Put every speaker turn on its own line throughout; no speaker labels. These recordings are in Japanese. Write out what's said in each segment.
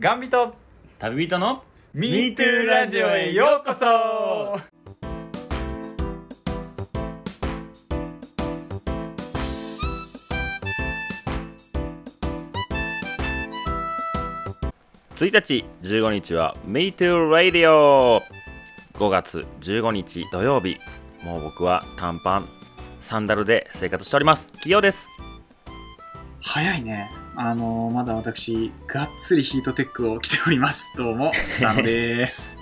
ガンビと
旅人の
MeToo ラジオへようこそ
1日15日は MeToo Radio 5月15日土曜日もう僕は短パンサンダルで生活しております企業です
早いね。あのーまだ私、がっつりヒートテックを着ております。どうも、サンでーす。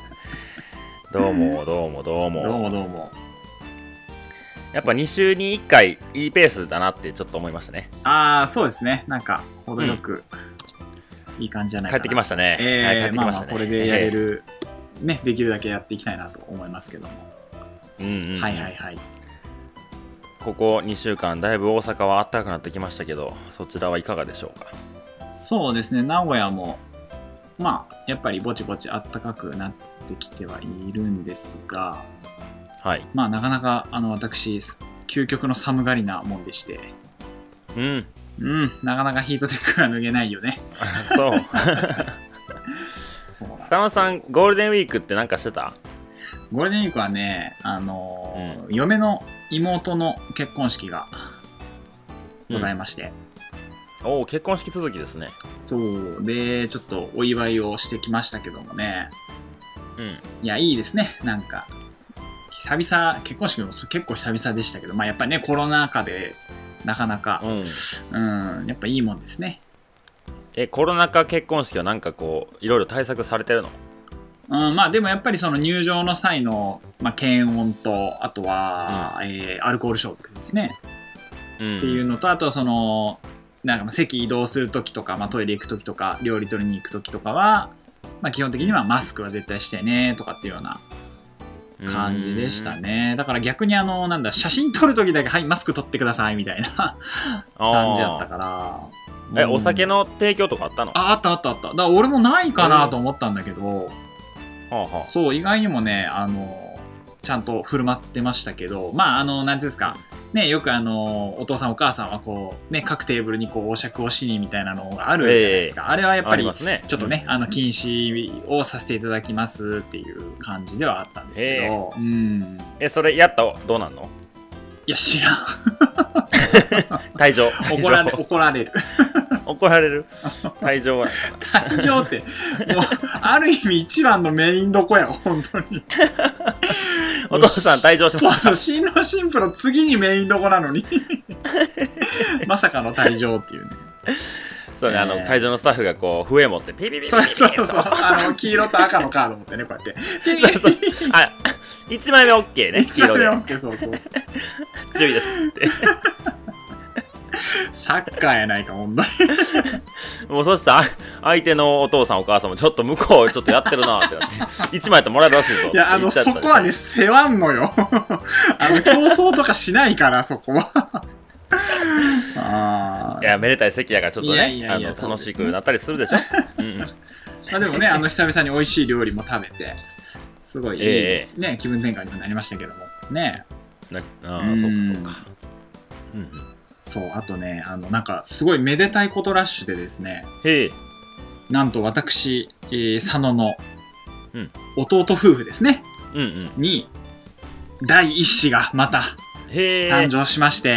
ど うもどうも どうも
どうもどうも。
やっぱ2週に1回いいペースだなってちょっと思いましたね
ああ、そうですね。なんか、程よく、いい感じじゃな
帰
いか
っ
な。
てきま
し
したね、
え
は
ー
い帰ってき
まあ
ま
ま
し
あ、
たね
これでやれる、ね、できるだけやっていきたいなと思いますけども。
えーうんうん、
はいはいはい。
ここ2週間だいぶ大阪は暖かくなってきましたけどそちらはいかがでしょうか
そうですね、名古屋も、まあ、やっぱりぼちぼち暖かくなってきてはいるんですが、
はい
まあ、なかなか、あの、私、究極の寒がりなもんでして、
うん
うん、なかなかヒートテックが脱げないよね。
そう
そうなんです
坂本さんゴールデンウィークって何かしてた
ゴールデンウィークはね、あのー嫁の妹の結婚式がございまして、
おお結婚式続きですね
そうでちょっとお祝いをしてきましたけどもね
うん
いやいいですねなんか久々結婚式も結構久々でしたけどまあやっぱりねコロナ禍でなかなか
うん、
うん、やっぱいいもんですね
えコロナ禍結婚式はなんかこういろいろ対策されてるの
うん、まあでもやっぱりその入場の際の、まあ、検温とあとは、えーアルコール消毒ですね
うん
っていうのとあとはそのなんかまあ席移動する時とか、まあ、トイレ行く時とか料理取りに行く時とかは、まあ、基本的にはマスクは絶対してねとかっていうような感じでしたねだから逆にあのなんだ写真撮る時だけはいマスク取ってくださいみたいな感じだった
か
から
え
うん
お酒の提供とかあったの
ああったあったあっただから俺もないかなと思ったんだけど、
はあはあ
そう、意外にもね、あの、ちゃんと振る舞ってましたけど、まあ、あの、なんていうんですか、ね、よくあの、お父さんお母さんはこう、ね、各テーブルにこう、お酌をしにみたいなのがあるじゃないですか。あれはやっぱ
あり
り
ま、すね
ちょっとね、あの、禁止をさせていただきますっていう感じではあったんですけど、うん。
えそれやったらどうなんの
いや、知らん。
退場
怒られ、
退場
怒られる。
怒られる退場 は
退場って、もう、ある意味一番のメインどこや、本当に。
お父さん退場しま
そうそう、新郎新婦の次にメインどこな のに。まさかの退場っていうね。
そうね、あ
え
の
ー
会場のスタッフがこう笛持ってピリピリピリピ
そう
リ
そうそう。あの、黄色と赤のカード持ってね、こうやって。
そうあ1枚目 OK ね黄
一
色
番
で
ね OK そうそう。
注意です
サッカーやないか、ほんま に。
もうそしたらあ相手のお父さんお母さんもちょっと向こうちょっとやってるなってなって1 枚やってもらえるらしいぞ
いや、あの、そこはね、世話んのよ。 あの、競争とかしないから、そこは。あ
い
ー
やめでたい席やからちょっとね
いやいやいや
あ
そ
の
うで
楽
す
しくなったりするでしょ、うんうん
まあでもね、あの、久々に美味しい料理も食べて、すごいいい、
え
ね、気分転換にもなりましたけども。ね。
なあ
う
あ
ん
そうかそうか、うんうん、
そう、あとね、あの、なんか、すごいめでたいことラッシュでですね、
へえ
なんと私、えー佐野の
うん、
弟夫婦ですね、
うんうん
に、第一子がまた
へ
誕
え
生しまして、えー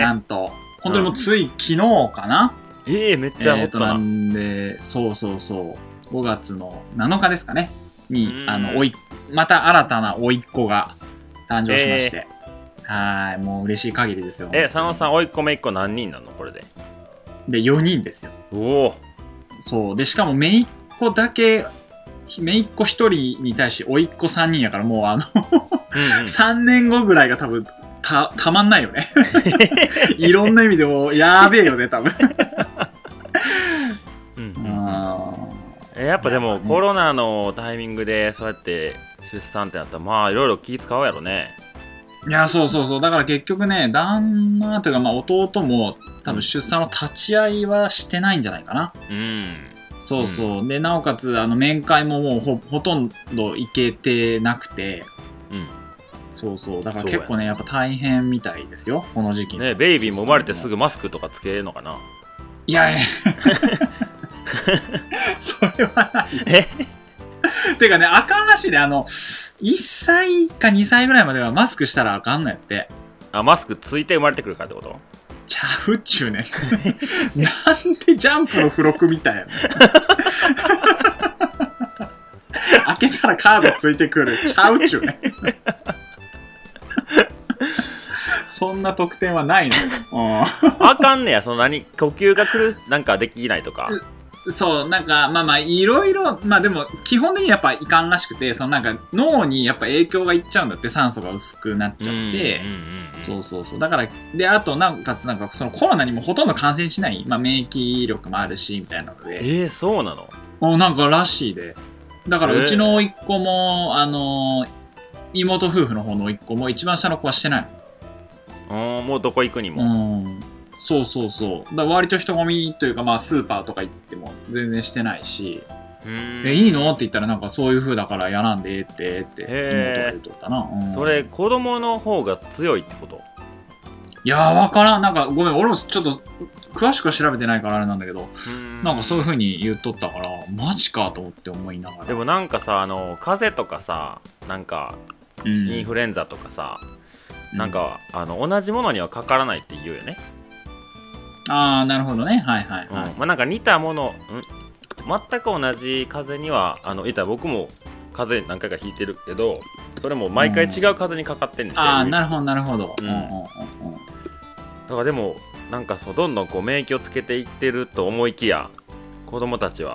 えー
なんと、本当にもうつい昨日かな、
へえめっちゃ
え
ホ
ー
ット
と、
な、
なんで、そうそうそう、5月の7日ですかね、に
う、ん
あの、おい、また新たな甥っ子が誕生しまして、はーい、もう嬉しい限りですよ。
え佐野さん甥っ子姪っ子何人なのこれで
で、4人ですよ。
おお
そう。で、しかも、姪っ子だけ、姪っ子一人に対し、甥っ子三人やから、もうあの、
うんうん
三年後ぐらいが多分、た、たまんないよね。 いろんな意味でもう、やべえよね、多分。
うん
う
うんうん
ん
えやっぱでも
ね
コロナのタイミングでそうやって出産ってなったらまあいろいろ気使うやろね
いや、そうそうそう。だから結局ね、旦那というか、まあ、弟も、多分出産の立ち会いはしてないんじゃないかな。
うん
そうそう。で、なおかつ、あの、面会ももうほ、ほとんど行けてなくて、
うん
そうそう。だから
そうや
結構ね、やっぱ大変みたいですよ、この時期の
ねベイビーも生まれてすぐマスクとかつけるのかない
やいやそれはない。
え
てかね、あかんらしいで、あの、1歳か2歳ぐらいまではマスクしたらあかんのやって。
あマスクついて生まれてくるからってこと
ちゃうっちゅうねん。なんでジャンプの付録みたいやねん開けたらカードついてくる。ちゃうっちゅうねん。そんな特典はないのよ。
あかんねやその何呼吸が来るなんかできないとか
うんそう、なんか、まあまあ、いろいろ、まあでも、基本的にやっぱいかんらしくて、そのなんか脳にやっぱ影響がいっちゃうんだって、酸素が薄くなっちゃっ
う
て。
んうんうん
そうそうそう。だから、で、あと、なおかつ、なんか、そのコロナにもほとんど感染しない、まあ、免疫力もあるし、みたいなので、
えー、そうなの
おなんからしいで。だから、
えー
うちの甥っ子も、あのー、妹夫婦の方の甥っ子も、一番下の子はしてない。
うんもうどこ行くに
う
も、
ん。そうそうそう。だから割と人混みというか、まあ、スーパーとか行っても全然してないし、
うん
え、いいのって言ったら、なんか、そういう風だからやらんでええって、って、
へー
妹夫婦とったな。うん
それ子供の方が強いってこと
いやー、わからん。なんか、ごめん、俺もちょっと、詳しくは調べてないからあれなんだけど、なんかそういう
う
風に言っとったから、マジかと思って思いながら。
でもなんかさあの風邪とかさなんか
うん、
インフルエンザとかさ、なん、かあの同じものにはかからないって言うよね、
ああ、なるほどね。はいはい
うん
はい。
まあ、なんか似たものん全く同じ風邪にはあのいた僕も風邪何回か引いてるけどそれも毎回違う風邪にかかってんねんて
ああ、なるほどなるほど。
う
うんんうんうんうん。
だからでもなんかそうどんどんこう免疫をつけていってると思いきや子供たちは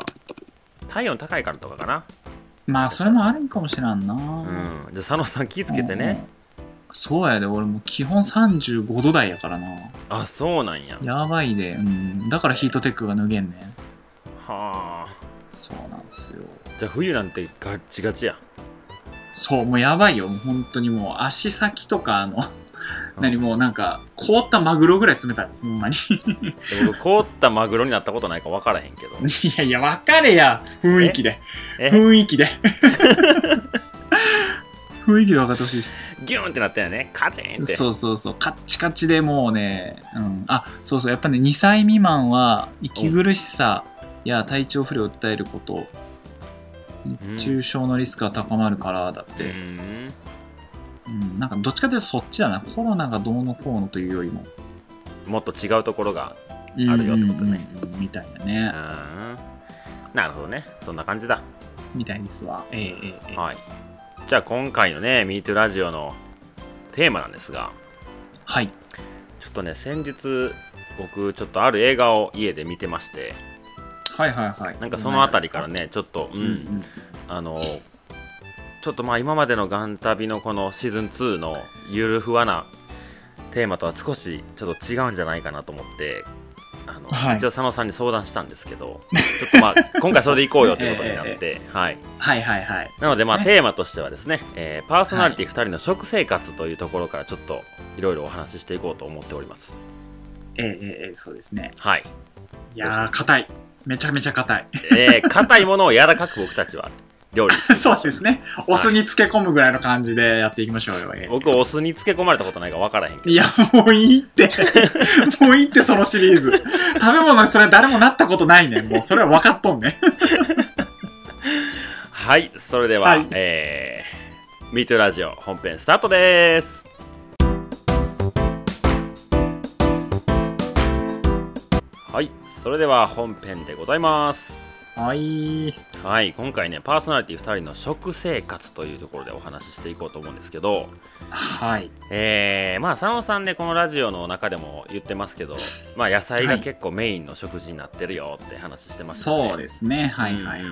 体温高いからとかかな
まあ、それもあるんかもしらんな。
うんじゃあ佐野さん気ぃつけてね、
うんうん。そうやで、俺もう基本35度台やからな。
あそうなんや
やばいで。うん。だからヒートテックが脱げんねん。
はあ
そうなんですよ。
じゃあ冬なんてガッチガチや
そう、もうやばいよ。もう本当にもう足先とか、あの、
うん
何もうなんか、凍ったマグロぐらい冷たい。ほんまに。
で僕凍ったマグロになったことないか分からへんけど
いやいや、分かれや。雰囲気で。
え
雰 囲気で。雰囲気で分かってほしいです。
ギューンってなったよねカチンって
そうそうそう。カッチカチでもうね、うん。あ、そうそう。やっぱね、2歳未満は、息苦しさや体調不良を訴えること、
うん
熱中症のリスクが高まるからだっ
う
て。
ん
うん。なんか、どっちかというとそっちだな。コロナがどうのこうのというよりも。
もっと違うところがあるよってことね
うんうんうん。みたいな
う
ね。
んなるほどねそんな感じだ
みたいですわ。ええええええ。
はいじゃあ今回のね「MeToo ラジオ」のテーマなんですが
はい。
ちょっとね先日僕ちょっとある映画を家で見てまして
はいはいはい。
なんかその辺りから。ねちょっとう、
うんん。
あのちょっとまあ今までの「ガン旅」のこのシーズン2のゆるふわなテーマとは少しちょっと違うんじゃないかなと思ってあの、
はい
一応佐野さんに相談したんですけどちょっとま あ今回それでいこうよってことになって、
そう
はい、
はいはいはい。
なのでまあ
そうすね
テーマとしてはですね、えーパーソナリティ2人の食生活というところからちょっといろいろお話ししていこうと思っております
ええええええそうですね。
はい
いやー、硬い。めちゃめちゃ硬い。
えー硬いものを柔らかく僕たちは料理
そうですね。お酢に漬け込むぐらいの感じでやっていきましょうよ。え
僕お酢に漬け込まれたことないから分からへんけ
えいや、もういいって。 もういいって、そのシリーズ。食べ物にそれ誰もなったことないね。もうそれは分かっとんね。
どはいそれでは、
はい
えー、ミートラジオ本編スタートですはいそれでは本編でございます
はい。
はい今回ねパーソナリティ2人の食生活というところでお話ししていこうと思うんですけど
はい。
えー、まあ佐野さんねこのラジオの中でも言ってますけど、まあ、野菜が結構メインの食事になってるよって話してますよね、
そうですね。はいは
う
いは
んうん
い。
うん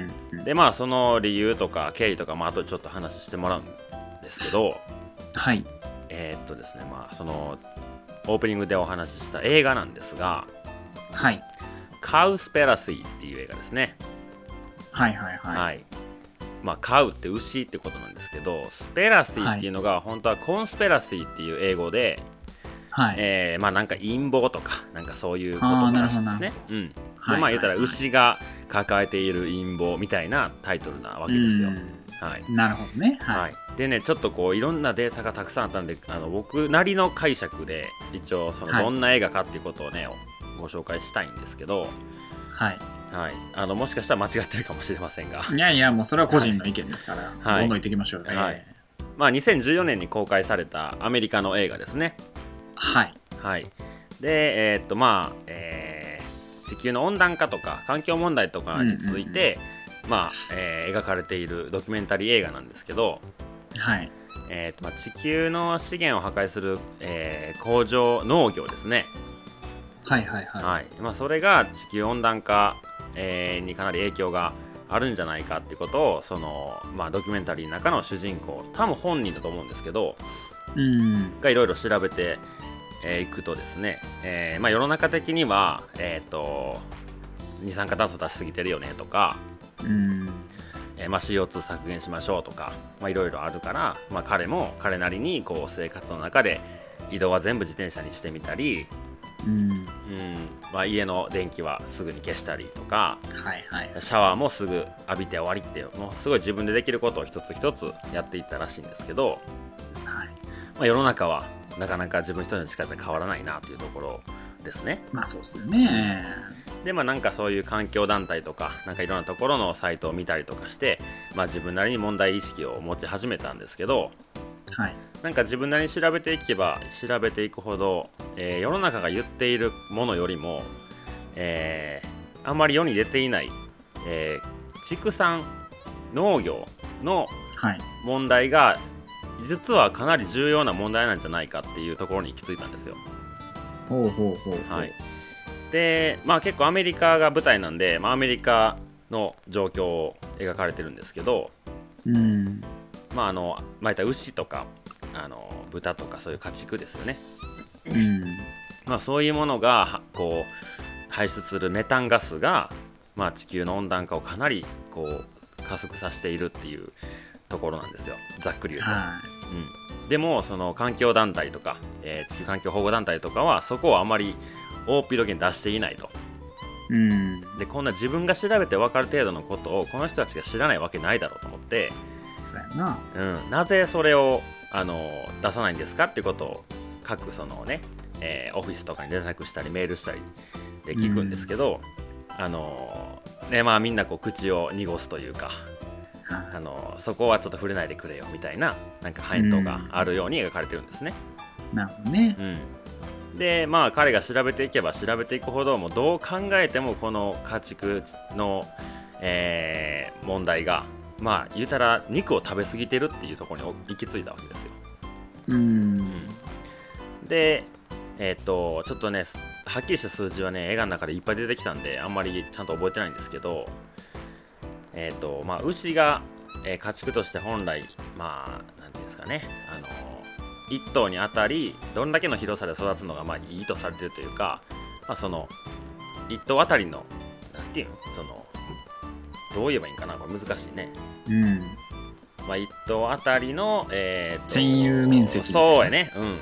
うんうんうん。
でまあその理由とか経緯とか、まあ、あとちょっと話してもらうんですけど
はい。
えーっとですねまあそのオープニングでお話しした映画なんですが
はい。
「カウスペラシー」っていう映画ですね
はいはい
はい、
はい。
まあカウって牛ってことなんですけどスペラシーっていうのが本当はコンスペラシーっていう英語で、
はい。
えーまあなんか陰謀とかなんかそういうこと
あー
らしいです
な
ね
る
うん
は
で
い
まあ言ったら
はいはい
牛が抱えている陰謀みたいなタイトルなわけですよ
う
はい
んなるほどね。
は
はい。
い、でねちょっとこういろんなデータがたくさんあったんであの僕なりの解釈で一応その
はい
どんな映画かっていうことをね、ご紹介したいんですけど、
はい。
はい、あのもしかしたら間違ってるかもしれませんが、
いやいやもうそれは個人の意見ですから、
い
どんどん言っていきましょうよ
はいまあ、2014年に公開されたアメリカの映画ですね。
はい
はい、で、えーっとまあえー地球の温暖化とか環境問題とかについて、まあえー描かれているドキュメンタリー映画なんですけど、
はい
えーっとまあ、地球の資源を破壊する、えー工場農業ですね、
はいはいは
はいまあ、それが地球温暖化、えーにかなり影響があるんじゃないかってことをその、まあ、ドキュメンタリーの中の主人公多分本人だと思うんですけど
いうん
がいろいろ調べてい、えーいくとですね、えーまあ、世の中的には、えー、と二酸化炭素出しすぎてるよねとか、
うん
えーまあ、CO2 削減しましょうとかまあいろいろあるから、まあ、彼も彼なりにこう生活の中で移動は全部自転車にしてみたり、
うん
うんまあ、家の電気はすぐに消したりとか
はいはい
シャワーもすぐ浴びて終わりっていうもうすごい自分でできることを一つ一つやっていったらしいんですけど、
はい
まあ、世の中はなかなか自分一人の力じゃ変わらないなというところですね。
まあそうですよね
でまあなんかそういう環境団体とかなんかいろんなところのサイトを見たりとかして、まあ、自分なりに問題意識を持ち始めたんですけど
はい
なんか自分なりに調べていけば調べていくほど、えー世の中が言っているものよりも、えーあんまり世に出ていない、えー畜産農業の
はい
問題が実はかなり重要な問題なんじゃないかっていうところに行き着いたんですよ。
ほうほうほうほう
はい、でまあ結構アメリカが舞台なんで、まあ、アメリカの状況を描かれてるんですけど
うん
まああのまあ言ったら牛とかあの豚とかそういう家畜ですよね、
うん
まあ、そういうものがはこう排出するメタンガスが、まあ、地球の温暖化をかなりこう加速させているっていうところなんですよざっくり言うと。
は
うん、でもその環境団体とか、えー地球環境保護団体とかはそこをあまり大ピロゲに出していないと
いうん
でこんな自分が調べて分かる程度のことをこの人たちが知らないわけないだろうと思って、
そうやな
うん、なぜそれをあの出さないんですかってことを各そのね、えーオフィスとかに連絡したりメールしたりで聞くんですけど、あのねまあ、みんなこう口を濁すというか
は
あのそこはちょっと触れないでくれよみたいななんか返答があるように描かれてるんですね。
いなるほどね
うん、でまあ彼が調べていけば調べていくほどもうどう考えてもこの家畜の、えー問題がまあ言うたら肉を食べ過ぎてるっていうところに行き着いたわけですよ。
うん
でえーっとちょっとねはっきりした数字はね映画の中でいっぱい出てきたんであんまりちゃんと覚えてないんですけどえーっとまあ牛が、えー家畜として本来まあ何ていうんですかねあの1頭にあたりどんだけの広さで育つのがまあいいとされてるというか、まあ、その1頭あたりの何ていうのそのどう言えばいいんかなこれ難しいね
うん
まあ1頭あたりの、えーっと
占有面積みたいな
そうやねうん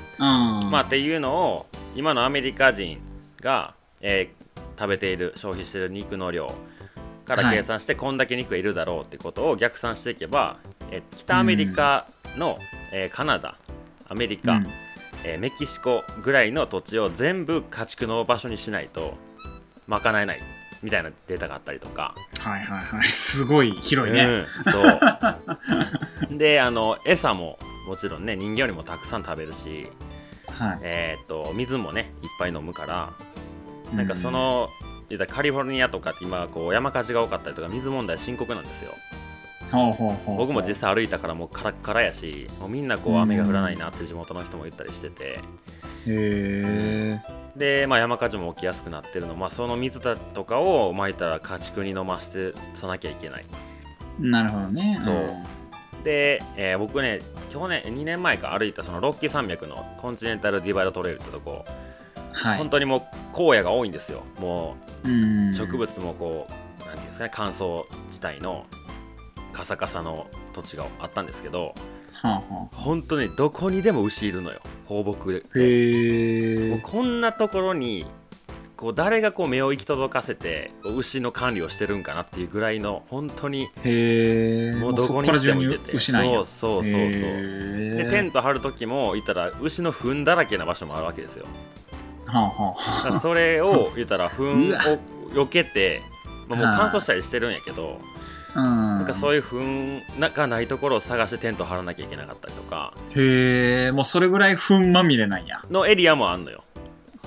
まあ、っていうのを今のアメリカ人が、えー食べている消費している肉の量から
はい
計算してこんだけ肉がいるだろうってことを逆算していけば、えー北アメリカの、えーカナダアメリカ、
うん
えーメキシコぐらいの土地を全部家畜の場所にしないと賄えないみたいなデータがあったりとか。
はいはいはいすごい広いね
うん、そう であの餌ももちろんね人間よりもたくさん食べるし
はい
えーっと水もねいっぱい飲むからなんかその、言うたらカリフォルニアとかって今こう山火事が多かったりとか水問題深刻なんですよ
ほうほうほう
僕も実際歩いたからもうカラッカラやしもうみんなこう
うん
雨が降らないなって地元の人も言ったりしてて
へえ
で、まあ、山火事も起きやすくなってるの、まあ、その水だとかをまいたら家畜に飲ませてさなきゃいけない
なるほどね
そうで、えー僕ね去年2年前か歩いたそのロッキー山脈のコンチネンタルディバイドトレイルってとこ、
んはい
本当にもう荒野が多いんですよもう
うん
植物もこう何ていうんですかね乾燥地帯のカサカサの土地があったんですけど
はあは
本当にどこにでも牛いるのよ放牧で
あへ
もう
え
こんなところにこう誰がこう目を行き届かせてこう牛の管理をしてるんかなっていうぐらいの本当に
へえ
もうどこに行ってもいてて
失ないんや
そうそうそうそうでテント張る時もいたら牛の糞だらけな場所もあるわけですよ
はあはあ
だからそれを言ったら糞を避けてまあ、もう乾燥したりしてるんやけど、
うん。
なんかそういう不運がないところを探してテント張らなきゃいけなかったりとか
へえ、もうそれぐらい糞まみれなんや。
のエリアもあんのよ、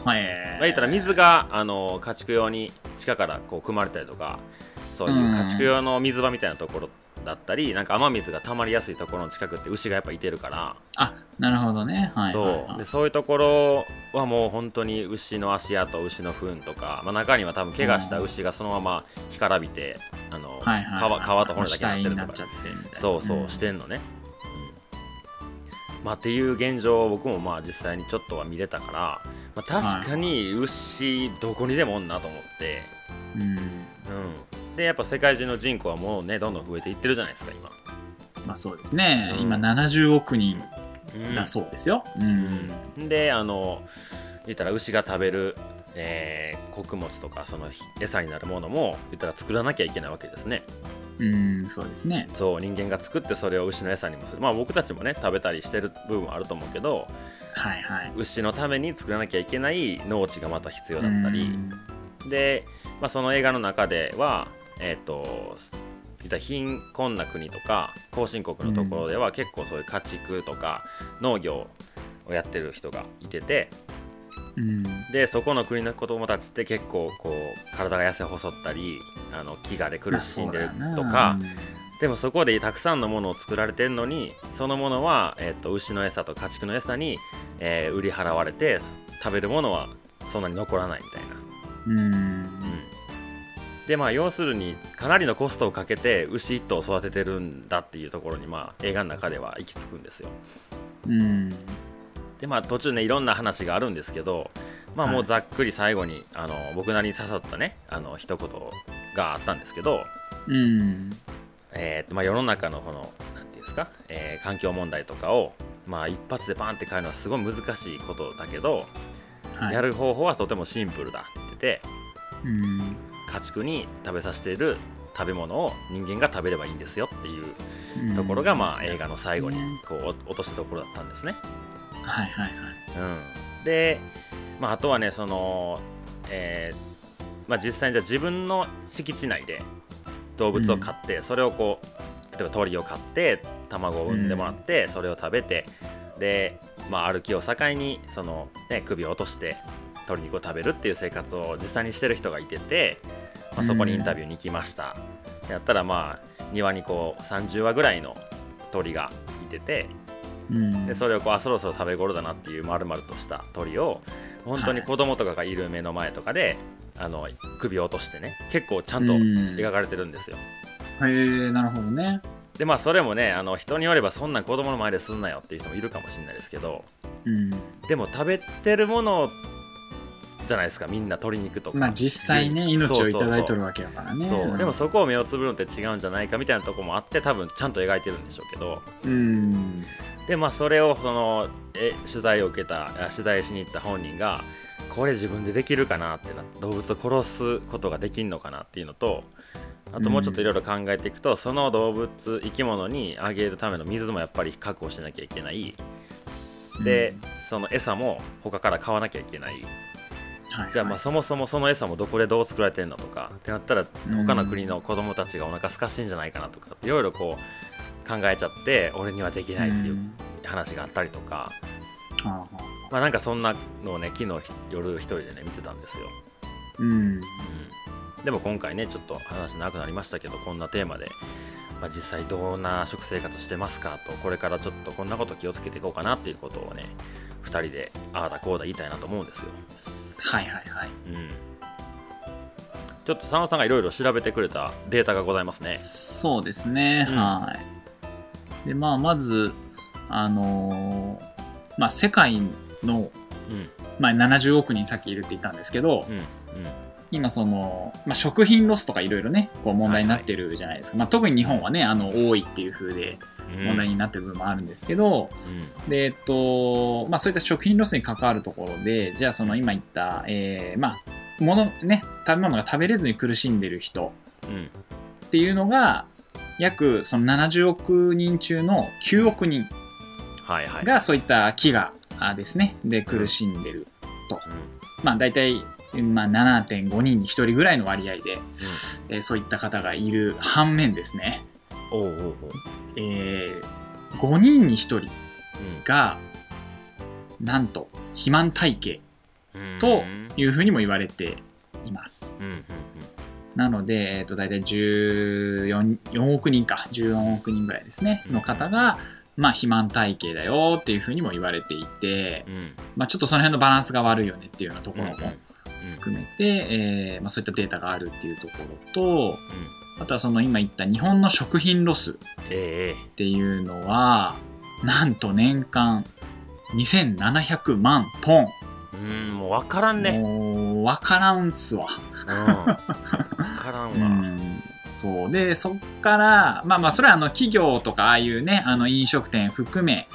はい。
まあ、言ったら水があの家畜用に地下からこう汲まれたりとかそういう家畜用の水場みたいなところだったり、なんか雨水が溜まりやすいところの近くって牛がやっぱいてるから、
あ、なるほどね。はい。
そうでそういうところはもう本当に牛の足跡牛の糞とか、まあ、中には多分怪我した牛がそのまま干からびてあの、
はいはいはい、
皮皮と骨だけになってるとか
死体になっちゃってみたいな。。
そうそうしててんのね、うんまあ、っていう現状を僕もまあ実際にちょっとは見れたから、まあ、確かに牛どこにでもおんなと思って、
うん。
うん、でやっぱ世界中の人口はもうねどんどん増えていってるじゃないですか今、
まあそうですね。
うん
今70億人
うん
だそうですよ。うん。
であの言ったら牛が食べる、えー穀物とかその餌になるものも言ったら作らなきゃいけないわけですね
うん、そうですね。
そう人間が作ってそれを牛の餌にもするまあ僕たちもね食べたりしてる部分はあると思うけど
はいはい。
牛のために作らなきゃいけない農地がまた必要だった
う
り
ん
で、まあ、その映画の中ではえっ、と言ったら貧困な国とか後進国のところでは結構そういう家畜とか農業をやってる人がいてて、
うん。
でそこの国の子供たちって結構こう体が痩せ細ったりあの飢餓で苦しんでるとか、
まあそうだよな
でもそこでたくさんのものを作られてるのにそのものは、えっと牛の餌と家畜の餌に、えー売り払われて食べるものはそんなに残らないみたいな。
うん
うんでまあ、要するにかなりのコストをかけて牛1頭育ててるんだっていうところに、まあ、映画の中では行き着くんですよ。
うん
でまあ途中ねいろんな話があるんですけどまあ
はい
もうざっくり最後に、あの僕なりに刺さったねあの一言があったんですけど、
うん
えーとまあ、世の中のこのなんていうんですか、えー環境問題とかを、まあ、一発でバーンって変えるのはすごい難しいことだけど、
はい
やる方法はとてもシンプルだって
うん
言って家畜に食べさせている食べ物を人間が食べればいいんですよっていう
うん
ところが、まあ、映画の最後にこうお落としどころだったんですね。
はいはいはい
うん、で、まあ、あとはねその、えーまあ、実際にじゃあ自分の敷地内で動物を飼って、それをこう例えば鳥を飼って卵を産んでもらって、それを食べてで、まあ、歩きを境にその、ね、首を落として鶏肉を食べるっていう生活を実際にしてる人がいてて、まあ、そこにインタビューに行きました、やったらまあ庭にこう30羽ぐらいの鳥がいてて
うん
でそれをこうあそろそろ食べ頃だなっていう丸々とした鳥を本当に子供とかがいる目の前とかで、あの首を落としてね結構ちゃんと
うん
描かれてるんですよ。
へえなるほどね
でまあそれもねあの人によればそんなん子供の前ですんなよっていう人もいるかもしれないですけど
うん
でも食べてるものじゃないですかみんな鶏肉とか。
まあ実際ね
牛
命をいただい
そうそ
と
う
るわけやからね
そうでも
う
そこを目をつぶるのって違うんじゃないかみたいなとこもあって多分ちゃんと描いてるんでしょうけど
うん
でまあそれをそのえ取材を受けたあ取材しに行った本人がこれ自分でできるかなってな動物を殺すことができるのかなっていうのとあともうちょっといろいろ考えていくと、その動物生き物にあげるための水もやっぱり確保しなきゃいけないで、その餌も他から買わなきゃいけない
はい
じゃあまあそもそもその餌もどこでどう作られてるのとかってなったら
うん
他の国の子供たちがお腹空かしいんじゃないかなとかいろいろこう考えちゃって俺にはできないっていう
うん
話があったりとか、
はあはあ
まあ、なんかそんなのをね昨日夜一人でね見てたんですよ、
うん
うん、でも今回ねちょっと話長くなりましたけどこんなテーマで、まあ、実際どんな食生活してますかとこれからちょっとこんなこと気をつけていこうかなっていうことをね2人でああだこうだ言いたいなと思うんですよ、
はいはいはい
うん、ちょっと佐野さんがいろいろ調べてくれたデータがございますね
そうですね、
うん
はいでまあまずあのーまあ世界の、
うん
まあ、70億人さっきいるって言ったんですけど、
うんうん
今その、まあ、食品ロスとかいろいろねこう問題になってるじゃないですか、まあ、特に日本はねあの多いっていう風で
うん
問題になってる部分もあるんですけど、でえっとまあ、そういった食品ロスに関わるところでじゃあその今言った、えーまあものね、食べ物が食べれずに苦しんでる人
うんうん
っていうのが約その70億人中の9億人
はいはい
がそういった飢餓あですねで苦しんでる、
うん
まあ大体、まあ、7.5人に1人ぐらいの割合でえーそういった方がいる反面ですね、
おうおうおう、
えー5人に1人がなんと肥満体型
うん、
と
うん
いうふうにも言われています
うんうん
なので、えー、と大体14 4億人か14億人ぐらいですね
うん
の方が、まあ、肥満体型だよっていうふうにも言われていて、
うんうん
まあ、ちょっとその辺のバランスが悪いよねっていうようなところ
うん
も含めて、えーまあ、そういったデータがあるっていうところと
うんうん
あとはその今言った日本の食品ロスっ
ええ
ていうのはなんと年間2700万トン、
うんもう分からんね
もう分からんっすわ。
うん分からんわ、
うんそうでそっからまあまあそれはあの企業とかああいうねあの飲食店含め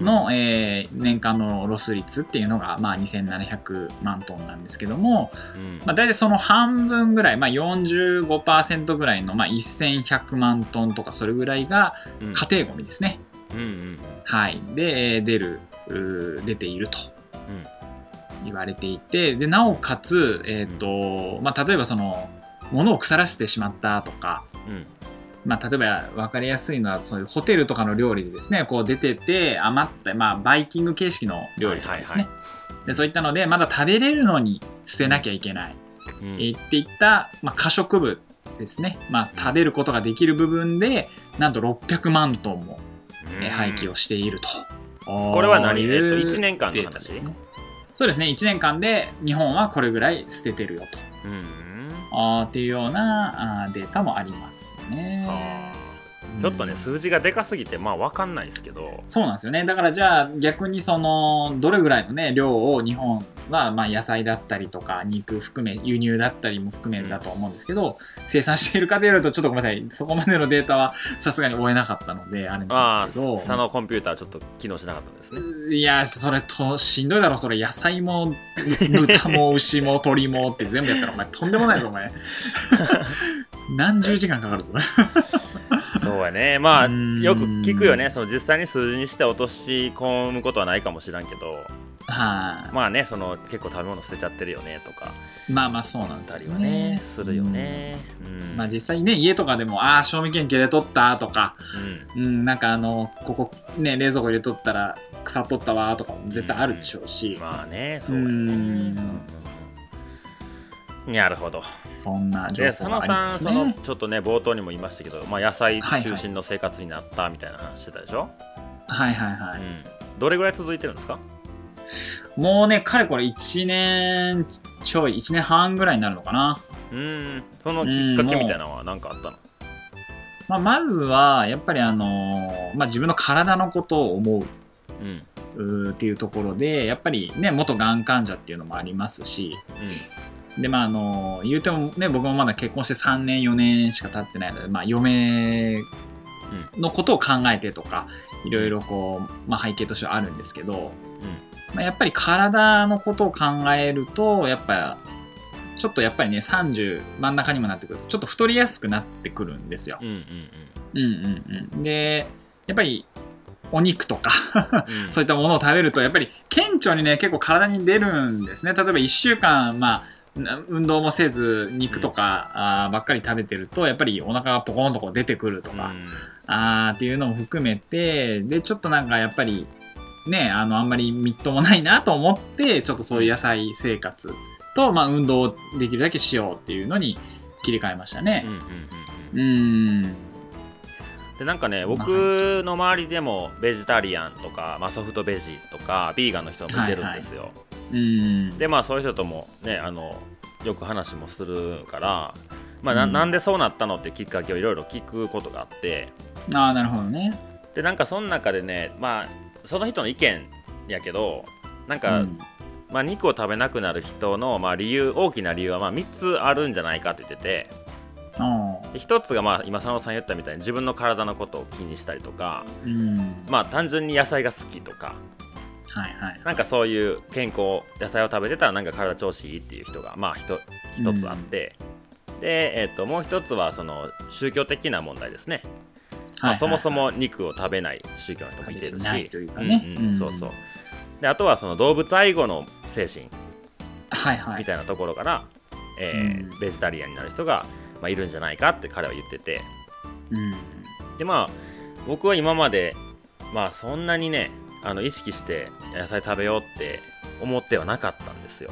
の、えー年間のロス率っていうのが、まあ、2700万トンなんですけども、
うん、
まあ、大体その半分ぐらい、まあ、45%ぐらいの、まあ、1100万トンとかそれぐらいが
うん
家庭ごみですね、
うんうん
はいでえー出るうー出ていると
うん
言われていてでなおかつ、えーとまあ、例えばその物を腐らせてしまったとか、
うん
まあ、例えば分かりやすいのはそういうホテルとかの料理でですねこう出てて余った、まあ、バイキング形式の料理とかですね、
は
でそういったのでまだ食べれるのに捨てなきゃいけない
うん
えーっていった、まあ、可食部ですね、まあ、食べることができる部分でなんと600万トンも、えー廃棄をしていると。
これは何、えっ
いう
と、1年間の
データで
話
すね。そうですね1年間で日本はこれぐらい捨ててるよと
うん
あーっていうようなあーデータもありますね。
あーちょっとね数字がでかすぎてまあ分かんないですけど
そうなんですよねだからじゃあ逆にそのどれぐらいのね量を日本はまあ野菜だったりとか肉含め輸入だったりも含めだと思うんですけど生産しているかというとちょっとごめんなさいそこまでのデータはさすがに追えなかったのであれな
あ
んですけ
あ
ど
佐野コンピューターちょっと機能しなかったん ですね
いやそれとしんどいだろそれ野菜も 豚も牛も鶏もって全部やったらお前とんでもないぞお前何十時間かかるぞ
そうやねまあ
うん
よく聞くよねその実際に数字にして落とし込むことはないかもしらんけど
は
まあねその結構食べ物捨てちゃってるよねとか
いまあまあそうなん
あ
です
た
よ
り
ね
はねするよねうん
まあ、実際にね家とかでもああ賞味期限切れとったとか、
うん
うん、なんかあのここね冷蔵庫入れとったら腐っとったわとかも絶対あるでしょうし、
まあねそうやね
うん
うんなるほど
そんな情
で佐
報が
野
あ
さん、
ります
その
ね。
ちょっとね冒頭にも言いましたけど、まあ、野菜
はいはい
中心の生活になったみたいな話してたでしょ、
はいはいはい、
うん、どれぐらい続いてるんですか
もうねかれこれ1年ちょい1年半ぐらいになるのかな、
うんそのきっかけみたいなのは何かあったの
まあ、まずはやっぱりあのーまあ、自分の体のことを思う
うんうん
うーっていうところでやっぱりね元がん患者っていうのもありますしでまああの言うてもね僕もまだ結婚して3年4年しか経ってないので、まあ、嫁のことを考えてとかいろいろこう、まあ、背景としてはあるんですけど、まあ、やっぱり体のことを考えるとやっぱちょっとやっぱりね30真ん中にもなってくるとちょっと太りやすくなってくるんですよ。
うんうんうん
うんうんうん、でやっぱりお肉とか
うん
そういったものを食べるとやっぱり顕著にね結構体に出るんですね例えば1週間まあな運動もせず肉とか、あーばっかり食べてるとやっぱりお腹がポコンとこう出てくると
うん
か、あーっていうのも含めてでちょっとなんかやっぱりねあのあんまりみっともないなと思ってちょっとそういう野菜生活と、まあ、運動をできるだけしようっていうのに切り替えました
うんうん
ね
うんうん
うーん
でなんかね
まあ
僕の周りでもベジタリアンとか、まあ、ソフトベジとかビーガンの人もいてるんですよ、
うーん
でまあそういう人ともねあのよく話もするから、まあ、な
うん
なんでそうなったのっていうきっかけをいろいろ聞くことがあって
ああなるほどね
でなんかその中でねまあその人の意見やけどなんか、
うん
まあ、肉を食べなくなる人の、まあ、理由大きな理由はまあ3つあるんじゃないかって言ってて
あー
で1つがまあ今佐野さん言ったみたいに自分の体のことを気にしたりとか、
うん
まあ、単純に野菜が好きとか
はいはい
なんかそういう健康野菜を食べてたらなんか体調子いいっていう人がまあひと一つあって、で、えっともう一つはその宗教的な問題ですね、まあ、そもそも肉を食べない宗教の人もいてるし、
食べてないというかね
うんうん
うん
そうそうであとはその動物愛護の精神
はいはい
みたいなところから、えー
うん
ベジタリアンになる人が、まあ、いるんじゃないかって彼は言ってて
うん
でまあ僕は今までまあそんなにねあの意識して野菜食べようって思ってはなかったんですよ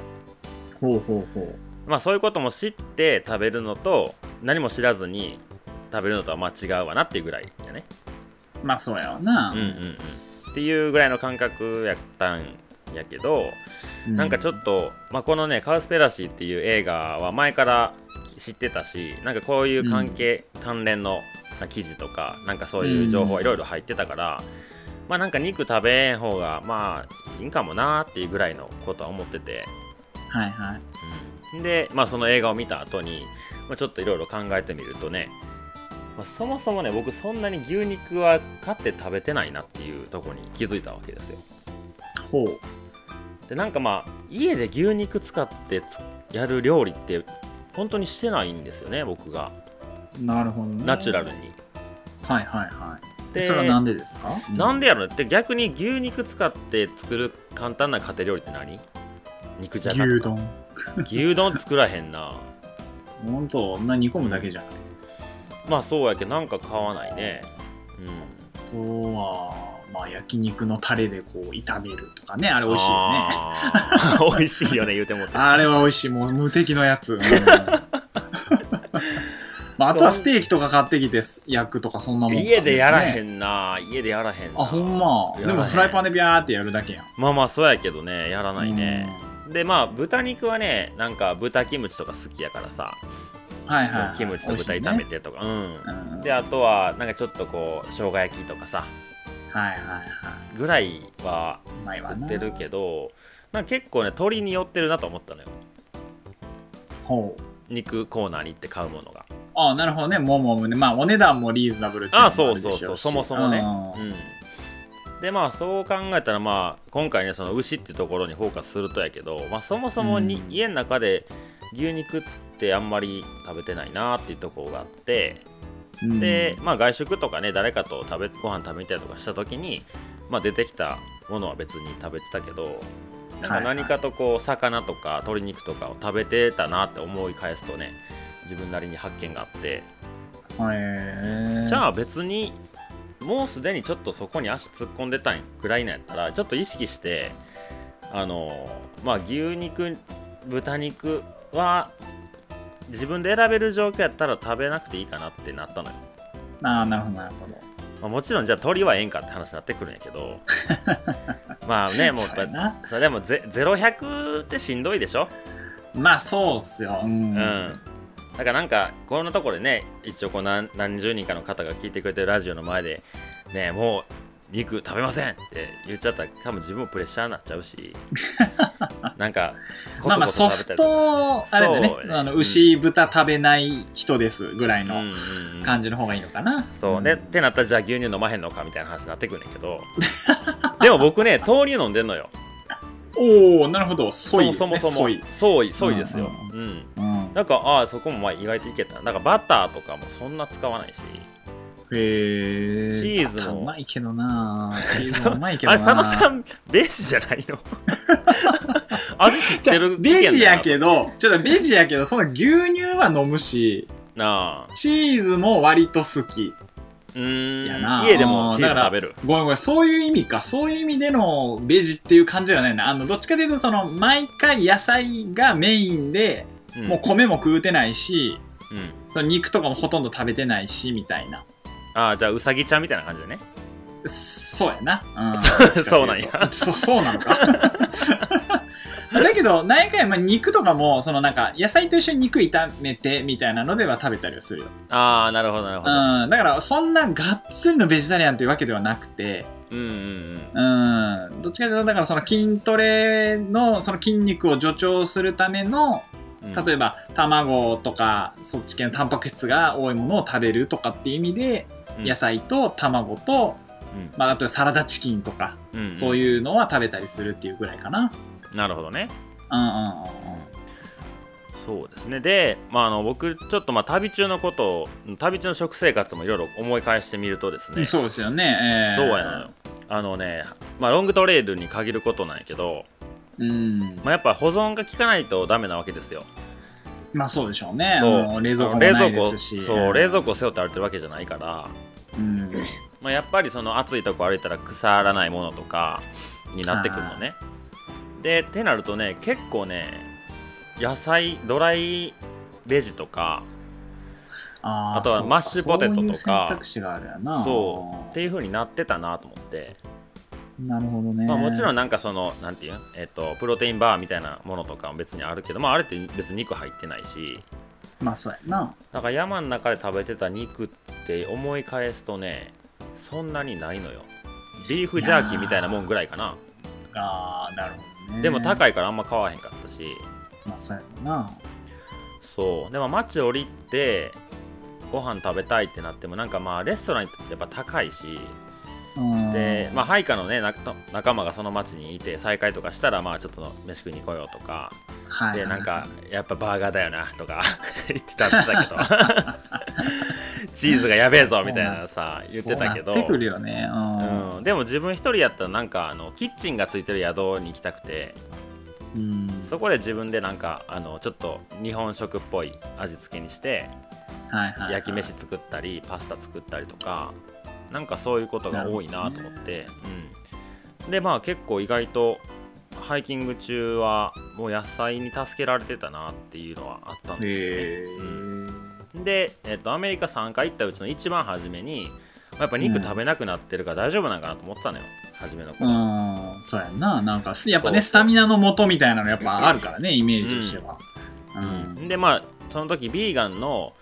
ほうほうほ
まあそういうことも知って食べるのと何も知らずに食べるのとはまあ違うわなっていうぐらいやね
うまあそうやわな
うんうんうんっていうぐらいの感覚やったんやけど
う
なんかちょ
と
っと、まあ、このね「カウスペラシー」っていう映画は前から知ってたしなんかこういう関係、関連の記事とかなんかそういう情報はいろいろ入ってたから、まあなんか肉食べへん方がまあいいんかもなーっていうぐらいのことは思ってて、
はいはい
うんで、まあ、その映画を見た後に、まあ、ちょっといろいろ考えてみるとね、まあ、そもそもね僕そんなに牛肉は買って食べてないなっていうとこに気づいたわけですよ。
ほう
でなんかまあ家で牛肉使ってつやる料理って本当にしてないんですよね僕が
なるほど、ね、
ナチュラルに。
はいはいはい
で
それはなんでですか
なんでやろうって逆に牛肉使って作る簡単な家庭料理って何肉じゃが
牛
とか
丼
牛丼作らへんな
ほんとな煮込むだけじゃん
まあそうやけどなんか買わないねうん
あとはまあ焼肉のタレでこう炒めるとかねあれ美味しいよね
あー 美味しいよね言うてもって
あれは美味しい。もう無敵のやつ。うん まあ、あとはステーキとか買ってきて焼くとかそんなもん、
家でやらへ
ん。
んな家でやらへんな
あ、ほんま。
や
で
らへん
もフライパンでビャーってやるだけやん。
まあまあそうやけどねやらないね、でまあ豚肉はねなんか豚キムチとか好きやからさ、
うん。はいはいはい。
キムチと豚
美味しい
炒め
ね
てとか、
うん
うんであとはなんかちょっとこう生姜焼きとかさ
はいはいはい。
ぐらいは
うまいわ
売
な。
ってるけどなんか結構ね鶏に寄ってるなと思ったのよ
ほう。
肉コーナーに行って買うものが
あなるほどね。もうもうね。まあ、お値段もリーズナブルっていの
あ
も
あそ
る
う
でしょ
そう
し
そうそもそもね
うん
うんでまあそう考えたらまあ今回ねその牛ってところにフォーカスするとやけど、まあ、そもそもに、
うん
家の中で牛肉ってあんまり食べてないなっていうところがあって
うん
で、まあ、外食とかね誰かと食べご飯食べたりとかした時に、まあ、出てきたものは別に食べてたけどなんか
はいはい
何かとこう魚とか鶏肉とかを食べてたなって思い返すとね自分なりに発見があって、
へえ。
じゃ
あ、
あ別にもうすでにちょっとそこに足突っ込んでたくらいなんやったらちょっと意識してあのまあ牛肉豚肉は自分で選べる状況やったら食べなくていいかなってなったのよ。
あーなるほどなるほど。
まあ、もちろんじゃあ鳥はええんかって話になってくるんやけどまあねもう
そうやな。
それでもゼ0100ってしんどいでしょ
まあ、そうっすよ。う。
うんん、だからなんかこんなところでね一応こう何何十人かの方が聞いてくれてるラジオの前でねもう肉食べませんって言っちゃったら多分自分もプレッシャーになっちゃう しなんか
まあまあソ
食べたりとか
フト、あれだね
そう、ね
あの
うん
牛、豚食べない人ですぐらい
うん
の
うんうん
感じの方がいいのかな。
そうね、
ね。
ってなったらじゃあ牛乳飲まへんのかみたいな話になってくるんやけ どでも僕ね豆乳飲んでんのよ
おおなるほど、ソイです
そも
ね、
そもそ
ソ
も
イ。
ソイソイですよ、うん
うん
なんかああそこもまあ意外といけたなんかバターとかもそんな使わないし
へえ。
チーズも
バタうまいけどなチーズもうまいけ ど
あ
な
れ佐野さんベジじゃない の味知っ
じゃ
て
あ
る
ベジや
ど
けど、ちょっとベジやけど、その牛乳は飲むし、
なあ
チーズも割と好き。
うーん
やな
家でも
あー
チー
だ
ズ
から
食べる
ごめんごめん、そういう意味か。そういう意味でのベジっていう感じじゃないな。あの、どっちかというと、その、毎回野菜がメインで、
う
もう米も食うてないし、
んうん
その肉とかもほとんど食べてないし、みたいな。
ああじゃあうさぎちゃんみたいな感じでね
そうやな。うん
そうなんや。
そう、そうなのか。 だけど、何回も肉とかも、そのなんか、野菜と一緒に肉炒めて、みたいなのでは食べたりはするよ。
ああなるほどなるほど
うん。だから、そんながっつりのベジタリアンというわけではなくて、
うんうん
うん。どっちかというと、だからその筋トレの、その筋肉を助長するための、
うん
例えば、卵とか、そっち系のタンパク質が多いものを食べるとかっていう意味で、
うん
野菜と卵と、まあ、あとサラダチキンとか、
うんうん
そういうのは食べたりするっていうぐらいかな。
なるほどね
うんうんうん
そうですねで、まあ、あの僕ちょっとまあ旅中のことを旅中の食生活もいろいろ思い返してみるとです
う
ね
ん。そうですよね。えー
そうやのよあのね、まあ、ロングトレイルに限ることなんやけど、
うん。
まあ、やっぱ保存が効かないとダメなわけですよ
まあそうでしょうね。も
そう
冷蔵庫も
冷
な
蔵
いで
庫
すし。
そう冷蔵庫を背負って歩いてるわけじゃないから、
うん。
まあ、やっぱりその暑いとこ歩いたら腐らないものとかになってくるのねでってなるとね結構ね野菜ドライベジとか
あー
あとは
そう
マッシュポテトとか
そういう選択肢があるやな。
そうっていう風になってたなと思って、
なるほどね。
まあ、もちろん
ん。
なんかそのなんていう、えっと、プロテインバーみたいなものとかも別にあるけど、まあ、あれって別に肉入ってないし
まあそうやな。
だから山の中で食べてた肉って思い返すとねそんなにないのよビーフジャーキーみたいなもんぐらいかな
ああ、なるほどね。
でも
い。
高いからあんま買わへんかったし
まあそうやろな。
そうでも街降りてご飯食べたいってなってもなんかまあレストランってやっぱ高いし
うん
でまあ配下のねな仲間がその街にいて再会とかしたらまあちょっと飯食いに来ようとか
はい
でなんかやっぱバーガーだよなとか 言ってたんだ けどチーズがやべえぞみたいなさ言ってたけど
そうなってくるよね。うん。
うん、でも自分一人やったらなんかあのキッチンがついてる宿に行きたくて
うん
そこで自分でなんかあのちょっと日本食っぽい味付けにして
はいはいはい
焼き飯作ったりパスタ作ったりとかなんかそういうことが多いなと思って、うん、でまあ結構意外とハイキング中はもう野菜に助けられてたなっていうのはあったんです
へ
よね、
ー
うんで、えっとアメリカ3回行ったうちの一番初めにまあやっぱ肉食べなくなってるから大丈夫なんかなと思ってたのよ初めの頃、
うん、そうやんな。なんか、やっぱね、
そう
スタミナの元みたいなのやっぱあるからね、イメージとしては。うん。
でまあその時ビーガンの、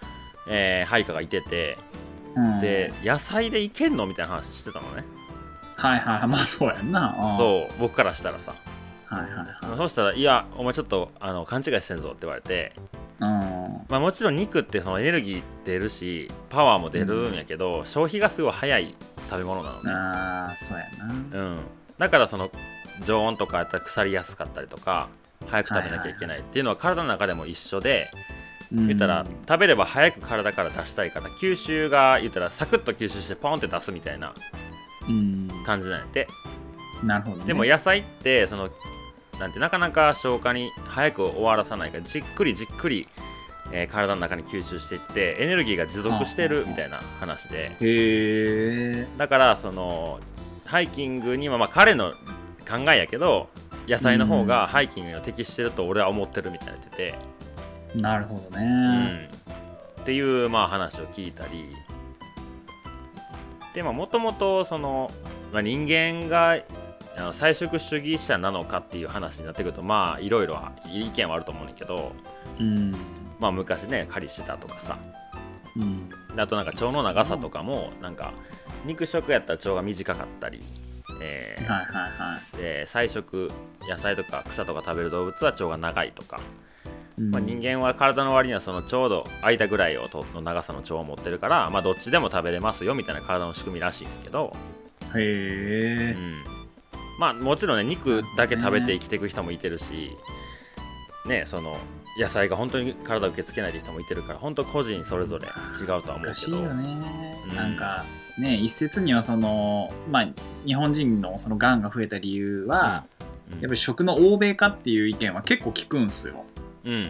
えー、配下がいてて
うん
で、野菜でいけんのみたいな話してたのね、
はいはいはい、まあそうやんな。うん
そう僕からしたらさ
はいはいはい。
そうしたら「いやお前ちょっとあの勘違いしてんぞ」って言われて、
うん。
まあ、もちろん肉ってそのエネルギー出るしパワーも出るんやけど、消費がすごい早い食べ物なのね、
ああ、そうやな。
うん、だからその常温とかやったら腐りやすかったりとか早く食べなきゃいけないっていうのは体の中でも一緒で
うん
言ったら食べれば早く体から出したいから吸収が言ったらサクッと吸収してポンって出すみたいな
うん。
感じなんやって
なるほどね。
でも野菜ってそのなんてなかなか消化に早く終わらさないからじっくりじっくり、えー体の中に吸収していってエネルギーが持続してるみたいな話で
へえ。
だからそのハイキングにはまあ彼の考えやけど野菜の方がハイキングには適してると俺は思ってるみたいになってて、
なるほど
う
ね。
ん、っていうまあ話を聞いたりでもともとその、まあ、人間があの菜食主義者なのかっていう話になってくるとまあいろいろ意見はあると思うんだけど、
うん。
まあ、昔ね狩りしてたとかさ
うん。
であとなんか腸の長さとかもなんか肉食やったら腸が短かったり、えー
はいはいは
えー菜食野菜とか草とか食べる動物は腸が長いとか
い。
まあ、人間は体の割にはそのちょうど空いたぐらいをとの長さの腸を持ってるから、まあ、どっちでも食べれますよみたいな体の仕組みらしいんだけど、
間。へ
う
え。
んまあ、もちろんね肉だけ食べて生きていく人もいてるし、ね、その野菜が本当に体を受け付けない人もいてるから本当個人それぞれ違うとは思う
難
け
しい
ど
よね、
うん
なんかね一説にはそのまあ日本人のそのがんが増えた理由は、
うん
やっぱり食の欧米化っていう意見は結構聞くんすよ。
うんうん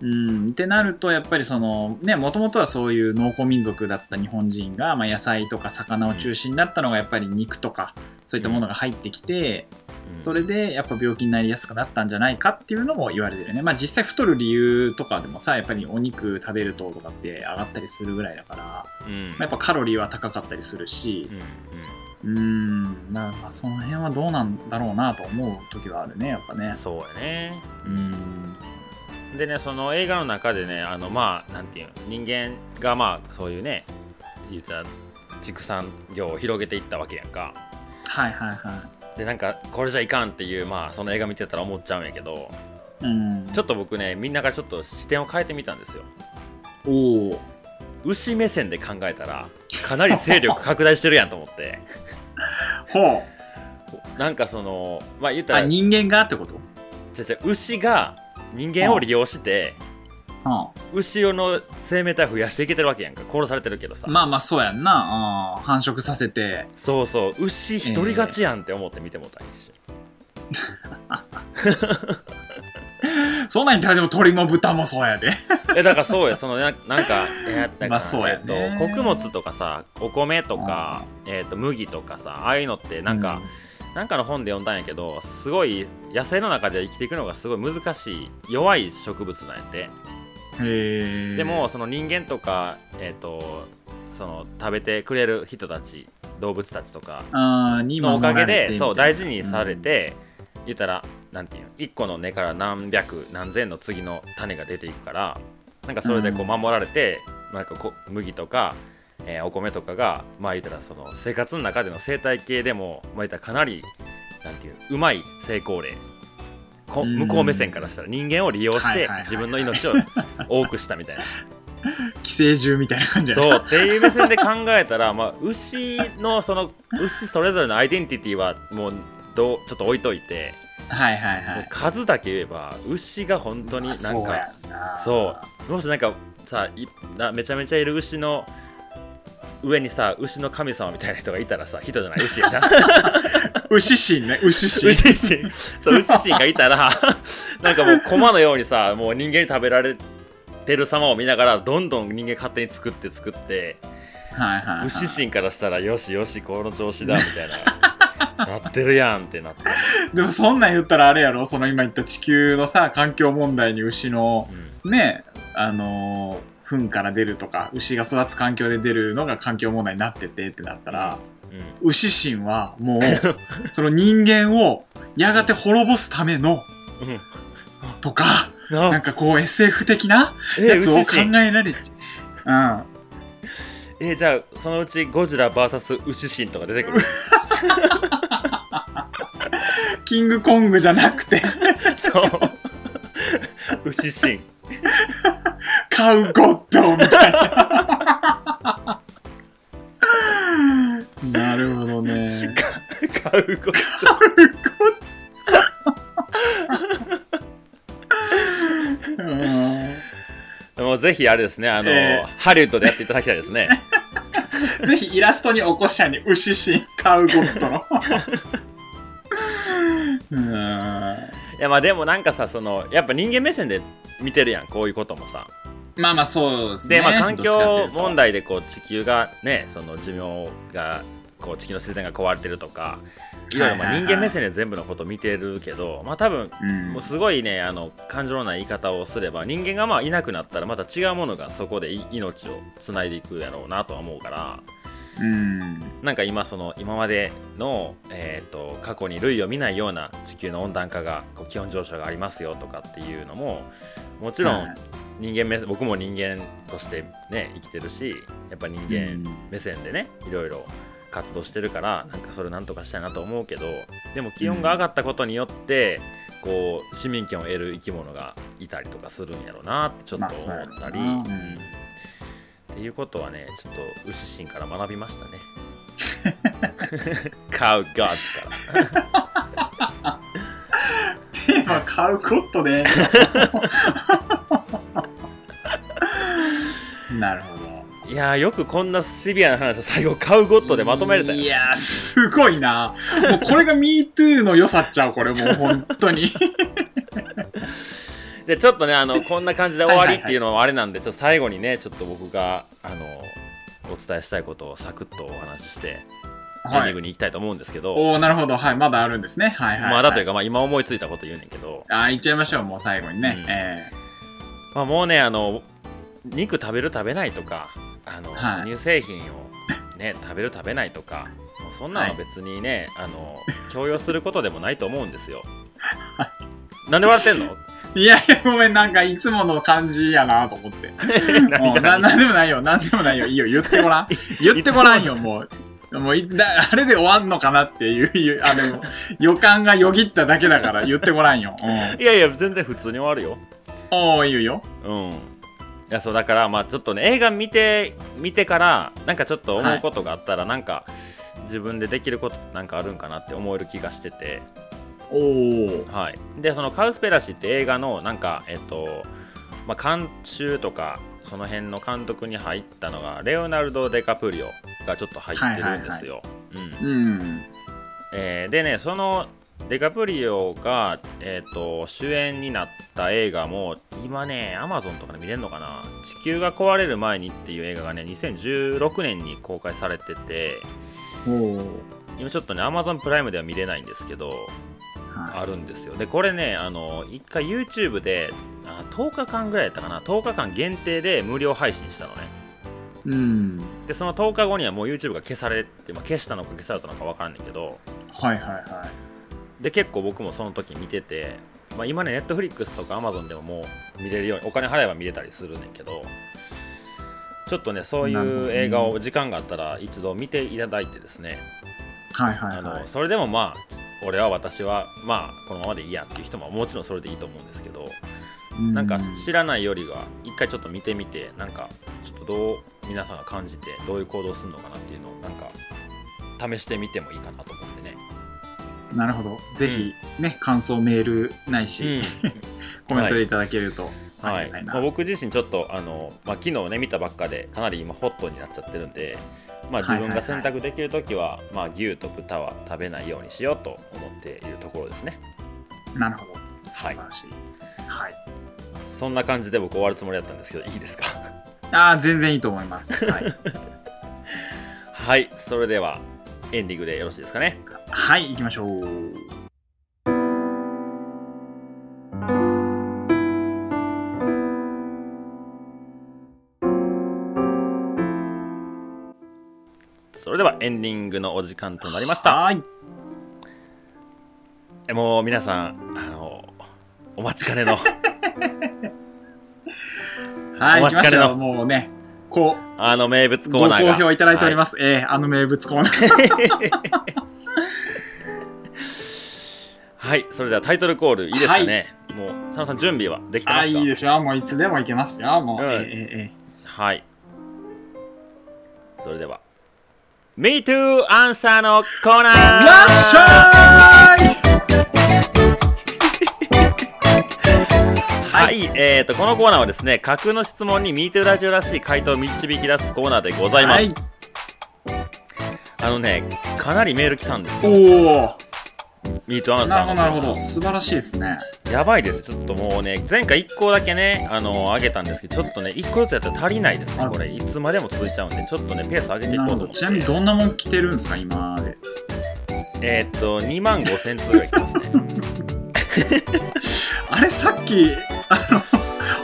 うん
うん、ってなるとやっぱりそのねもともとはそういう農耕民族だった日本人が、まあ、野菜とか魚を中心だったのがやっぱり肉とかそういったものが入ってきて、
うん
それでやっぱ病気になりやすくなったんじゃないかっていうのも言われてるねまあ実際太る理由とかでもさやっぱりお肉食べるととかって上がったりするぐらいだから、
うん
まあやっぱカロリーは高かったりするし
う、ん
うーん、なんかその辺はどうなんだろうなと思う時はあるね、やっぱ
う
ね
ん、。そうやね
うん。
でねその映画の中でねあのまあなんていうの人間がまあそういうね言ったら畜産業を広げていったわけやんか
はいはいは
でなんかこれじゃいかんっていうまあその映画見てたら思っちゃうんやけど
い。うん。
ちょっと僕ねみんながちょっと視点を変えてみたんですよ
と、おお。
牛目線で考えたらかなり勢力拡大してるやんと思って
ほ
なんかそのまあ言っ
う。
た
あ、
ら
人間がってこと
違う違う牛が人間を利用して
は
牛の生命体増やしていけてるわけやんか殺されてるけどさ
あ、まあまあそうやんな。あー繁殖させて。
そうそう牛一人勝ちやんって思って見てもうた一瞬
そんなんに対しても鳥も豚もそうやで。
えだからそうやそのななんかえーなんか
まあそうやね
えっと穀物とかさお米とか、えっと麦とかさああいうのってなんか、なんかの本で読んだんやけどすごい野生の中で生きていくのがすごい難しい弱い植物なんやって
うん、へえ。
でも、その人間とかえっ、とその食べてくれる人たち動物たちとか
あーに
のおかげ
守られ
で
てみたい
そう
な
大事にされ、て、言ったらなんていうの1個の根から何百何千の次の種が出ていくからなんかそれでこう
うん
守られて、なんかこう麦とか、えーお米とかがまあ言ったらその生活の中での生態系でもまあ言ったらかなりなんていううまい成功例こ
うん
向こう目線からしたら人間を利用し
はいは
て
いはいはい
自分の命を多くしたみたいな
うん寄生獣みたいな感じやね
そうっていう目線で考えたら、まあ、牛のその牛それぞれのアイデンティティはもうどうちょっと置いといて、
はいはいは
もう
い。
数だけ言えば牛が本当になんか、
そうやんな
そうもしなんかさいなめちゃめちゃいる牛の上にさ牛の神様みたいな人がいたらさ人 じゃない牛やな
牛神ね、牛
牛神
神。
そう牛神がいたら なんかもう駒のようにさもう人間に食べられてる様を見ながらどんどん人間勝手に作って作って
はいはい、はい。
牛心からしたらよしよしこの調子だみたいななってるやんってなって、
でもそんなん言ったらあれやろ、その今言った地球のさ、環境問題に牛の
うん
ね、あのー糞から出るとか、牛が育つ環境で出るのが環境問題になっててってなったら、
うん
牛神は もう、その人間をやがて滅ぼすための
うん
とか、
な
なんかこう SF 的な
え
やつを
牛
考
心
えられちゃう。
えじゃあそのうちゴジラ VS 牛心とか出てくる
うん。キングコングじゃなく て、
そう牛心
カウゴッドみた いな。なるほどね。
買うこと
うん
もうぜひあれですねあの、
えー
ハリウッドでやっていただきたいですね
ぜひイラストに起こしたいね。牛神、カウゴッ ドの。うん
いやまあでもなんかさそのやっぱ人間目線で見てるやんこういうこともさ
まあまあそうですね。
で、まあ、環
どっちかってい
境
うと
問題でこう地球がねその寿命がこう地球の自然が壊れてるとかいろいろまあ
はいはいは
人
い
間目線で全部のこと見てるけど、まあ、多分
うん
もうすごいねあの感情のない言い方をすれば人間がまあいなくなったらまた違うものがそこでい命をつないでいくやろうなとは思うから
うん。
なんか今その今までの、えー、と過去に類を見ないような地球の温暖化がこう気温上昇がありますよとかっていうのももちろん
はい
人間目僕も人間としてね生きてるしやっぱ人間目線でねいろいろ活動してるからなんかそれをなんとかしたいなと思うけどでも気温が上がったことによって、こう市民権を得る生き物がいたりとかするんやろうなってちょっ
まあ
と
そうやろ
思
う
っ
な
たり、
うん
っていうことはねちょっと牛心から学びま したね。カウガーズから
テーマ買うことで。 なるほど。
いやーよくこんなシビアな話を最後カウゴッドでまとめれたよ
いやー、すごいな。もうこれが MeToo の良さっちゃう、これもう本当に。
でちょっとねあのこんな感じで終わ
はい
り
はいはい
っていうのはあれなんでちょっと最後にねちょっと僕があのお伝えしたいことをサクッとお話ししてエンディ
は
ン
い
グ。に行きたいと思うんですけど、
おおなるほど。はい、まだあるんですね。はいはい、はい。
まあだという
か。
か、まあ、今思いついたこと言うねんけど、
あー、いっちゃいましょう、もう最後にね。
うん
え
まあ、もうねあの肉食べる食べないとかあの、
はい
乳製品を、 ね、食べる食べないとかもうそんなのは別にね、あの強要することでもないと思うんです よ。なんで笑ってんの
ーいやいや、ごめん、なんかいつもの感じやなと 思って。もうな、なんでもないよ、なんでもないよ。いいよ、言ってごらん。言ってご らんよ、もう。もういだ、あれで終わんのかなっていういう、あの、予感がよぎっただけだから言ってごらんよ。うん
いやいや全然普通に終わるよ。
おー、いいよ。
うん。いやそうだからまあちょっとね映画見て見てからなんかちょっと思うことがあったら、なんか自分でできることなんかあるんかなって思える気がしてて、
おー。
はい。でそのカウスペラシーって映画のなんかえっとまあ監修とかその辺の監督に入ったのがレオナルド・デカプリオがちょっと入ってるんですよ。うん。
うん。
えーでねそのデカプリオが、えー、と主演になった映画も今ね Amazon とかで見れるのかな「地球が壊れる前に」っていう映画がね2016年に公開されてて
おお。
今ちょっとね Amazon プライムでは見れないんですけど
は
あるんですよでこれねあの一回 YouTube であ10日間ぐらいやったかな10日間限定で無料配信したのね
い。うん。
でその10日後にはもう YouTube が消されて、まあ、消したのか消されたのか分からんねんけど
はいはいは
で結構僕もその時見てて、まあ、今ね Netflix とか Amazon でももう見れるようにお金払えば見れたりするねんけどちょっとねそうい
なるほど
う
ね
映画を時間があったら一度見ていただいてですね
い。はいはい
あ
は
のそれでもまあ俺は私はまあこのままでいいやっていう人ももちろんそれでいいと思うんですけど
い。う
なんか知らないよりは一回ちょっと見てみてなんかちょっとどう皆さんが感じてどういう行動するのかなっていうのをなんか試してみてもいいかなと思ってね、
なるほど。ぜひ、ね、感想メールないし、コメントでいただけると。
は
ありがた
い、
いな
まあ、僕自身ちょっとあの、まあ、昨日ね見たばっかでかなり今ホットになっちゃってるんで、まあ、自分が選択できる時は、まあ、牛と豚は食べないようにしようと思っているところですね
なるほど。素
はい
晴らしい。はい。
そんな感じで僕終わるつもりだったんですけどいいですか
ああ、全然いいと思います。はい。
はいそれではエンディングでよろしいですかね
はい、行きましょう。
それではエンディングのお時間となりました
はい。
えもう皆さんあのお待ちかね の
はい、
お
行
待ち
きま
か
し
ね
た
の
よ。もうね、こう、
あの名物コー
ご
ナ
好
ーが
評いただいております。えーあの名物コーナー。
はい、はいそれではタイトルコールいいですかね、もう佐野さん準備はできて
あ
ま
あ、
す
い
か
いですよ。もういつでも行けますよ。もう、
うん
えーえ
はいそれでは MeToo アンサーのコーナ
ー、えー
ー
いらっしゃい
はい、えー、とこのコーナーはですね架空の質問に MeToo ラジオらしい回答を導き出すコーナーでございます、
はい。
あのねかなりメール来たんです
おお。
MeToo アンサー
なるほ
の
ど、なるほど。素晴らしいですね。
やばいですちょっともうね前回1個だけねあの上げたんですけどちょっとね1個ずつやったら足りないですね
あ
これいつまでも続いちゃうんでちょっとねペース上げてい
な
こうと
るほ
思
ど。
っ
ちなみに
て
どんなもん着てるんですか、今まで。
えーっと2万5000通ぐらい来ますね
あれ、さっき、あの、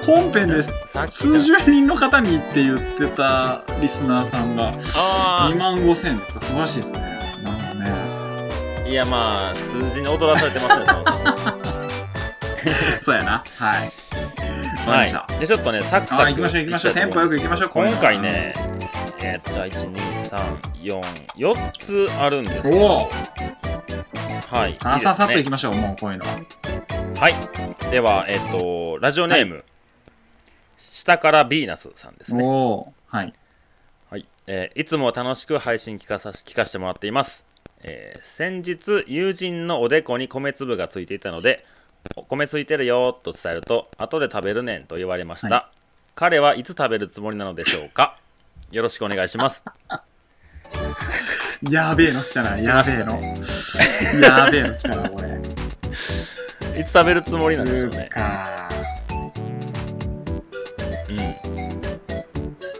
本編で
さっき
数十人の方にって言ってたリスナーさんが、
あ
2万5千ですか。素晴らしいですね。なるほどね。
あいやまあ数字に踊らされて ますね多分
そうやな。はい。わかりました。
はいでちょっとねサクサク
あー行きましょう行きましょう
いたいと思うんですけど
テンポよく行きましょう
今回ねえーっと12344つあるんですよ
おお
はい
さあさあさっといき
ま
ましょう、もうこういうのは。
すはいではえーっとラジオネーム、下からビーナスさんですね
おおはい。
はい、えーいつも楽しく配信聞かさし聞かせてもらっています、えー先日友人のおでこに米粒がついていたので「お米ついてるよ」と伝えると「後で食べるねん」と言われました、
は
彼はいつ食べるつもりなのでしょうかよろしくお願いします
やべえの来たな、やべえの。やべえの来たな、これ。
いつ食べるつもりなんでしょう
つー
ね、
か
うん、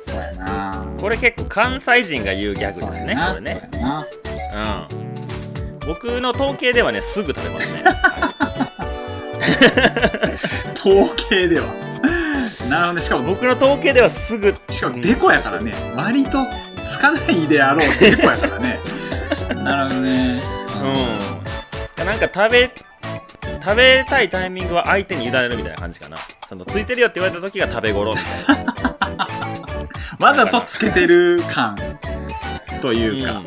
そうやな。
これ結構関西人が言うギャグ
そう
です
や
ね
な
これね、
そうやな
うん、僕の統計ではねすぐ食べますね
統計では。なるほどね。しかも、
僕の統計ではすぐ
しかも、デコやからね。割とつかないであろうデコやか らね。なるほどね。
うん、なんか食べ食べたいタイミングは相手に委ねるみたいな感じかなそのついてるよって言われた時が食べ頃みたいな
わざとつけてる感というか。
うん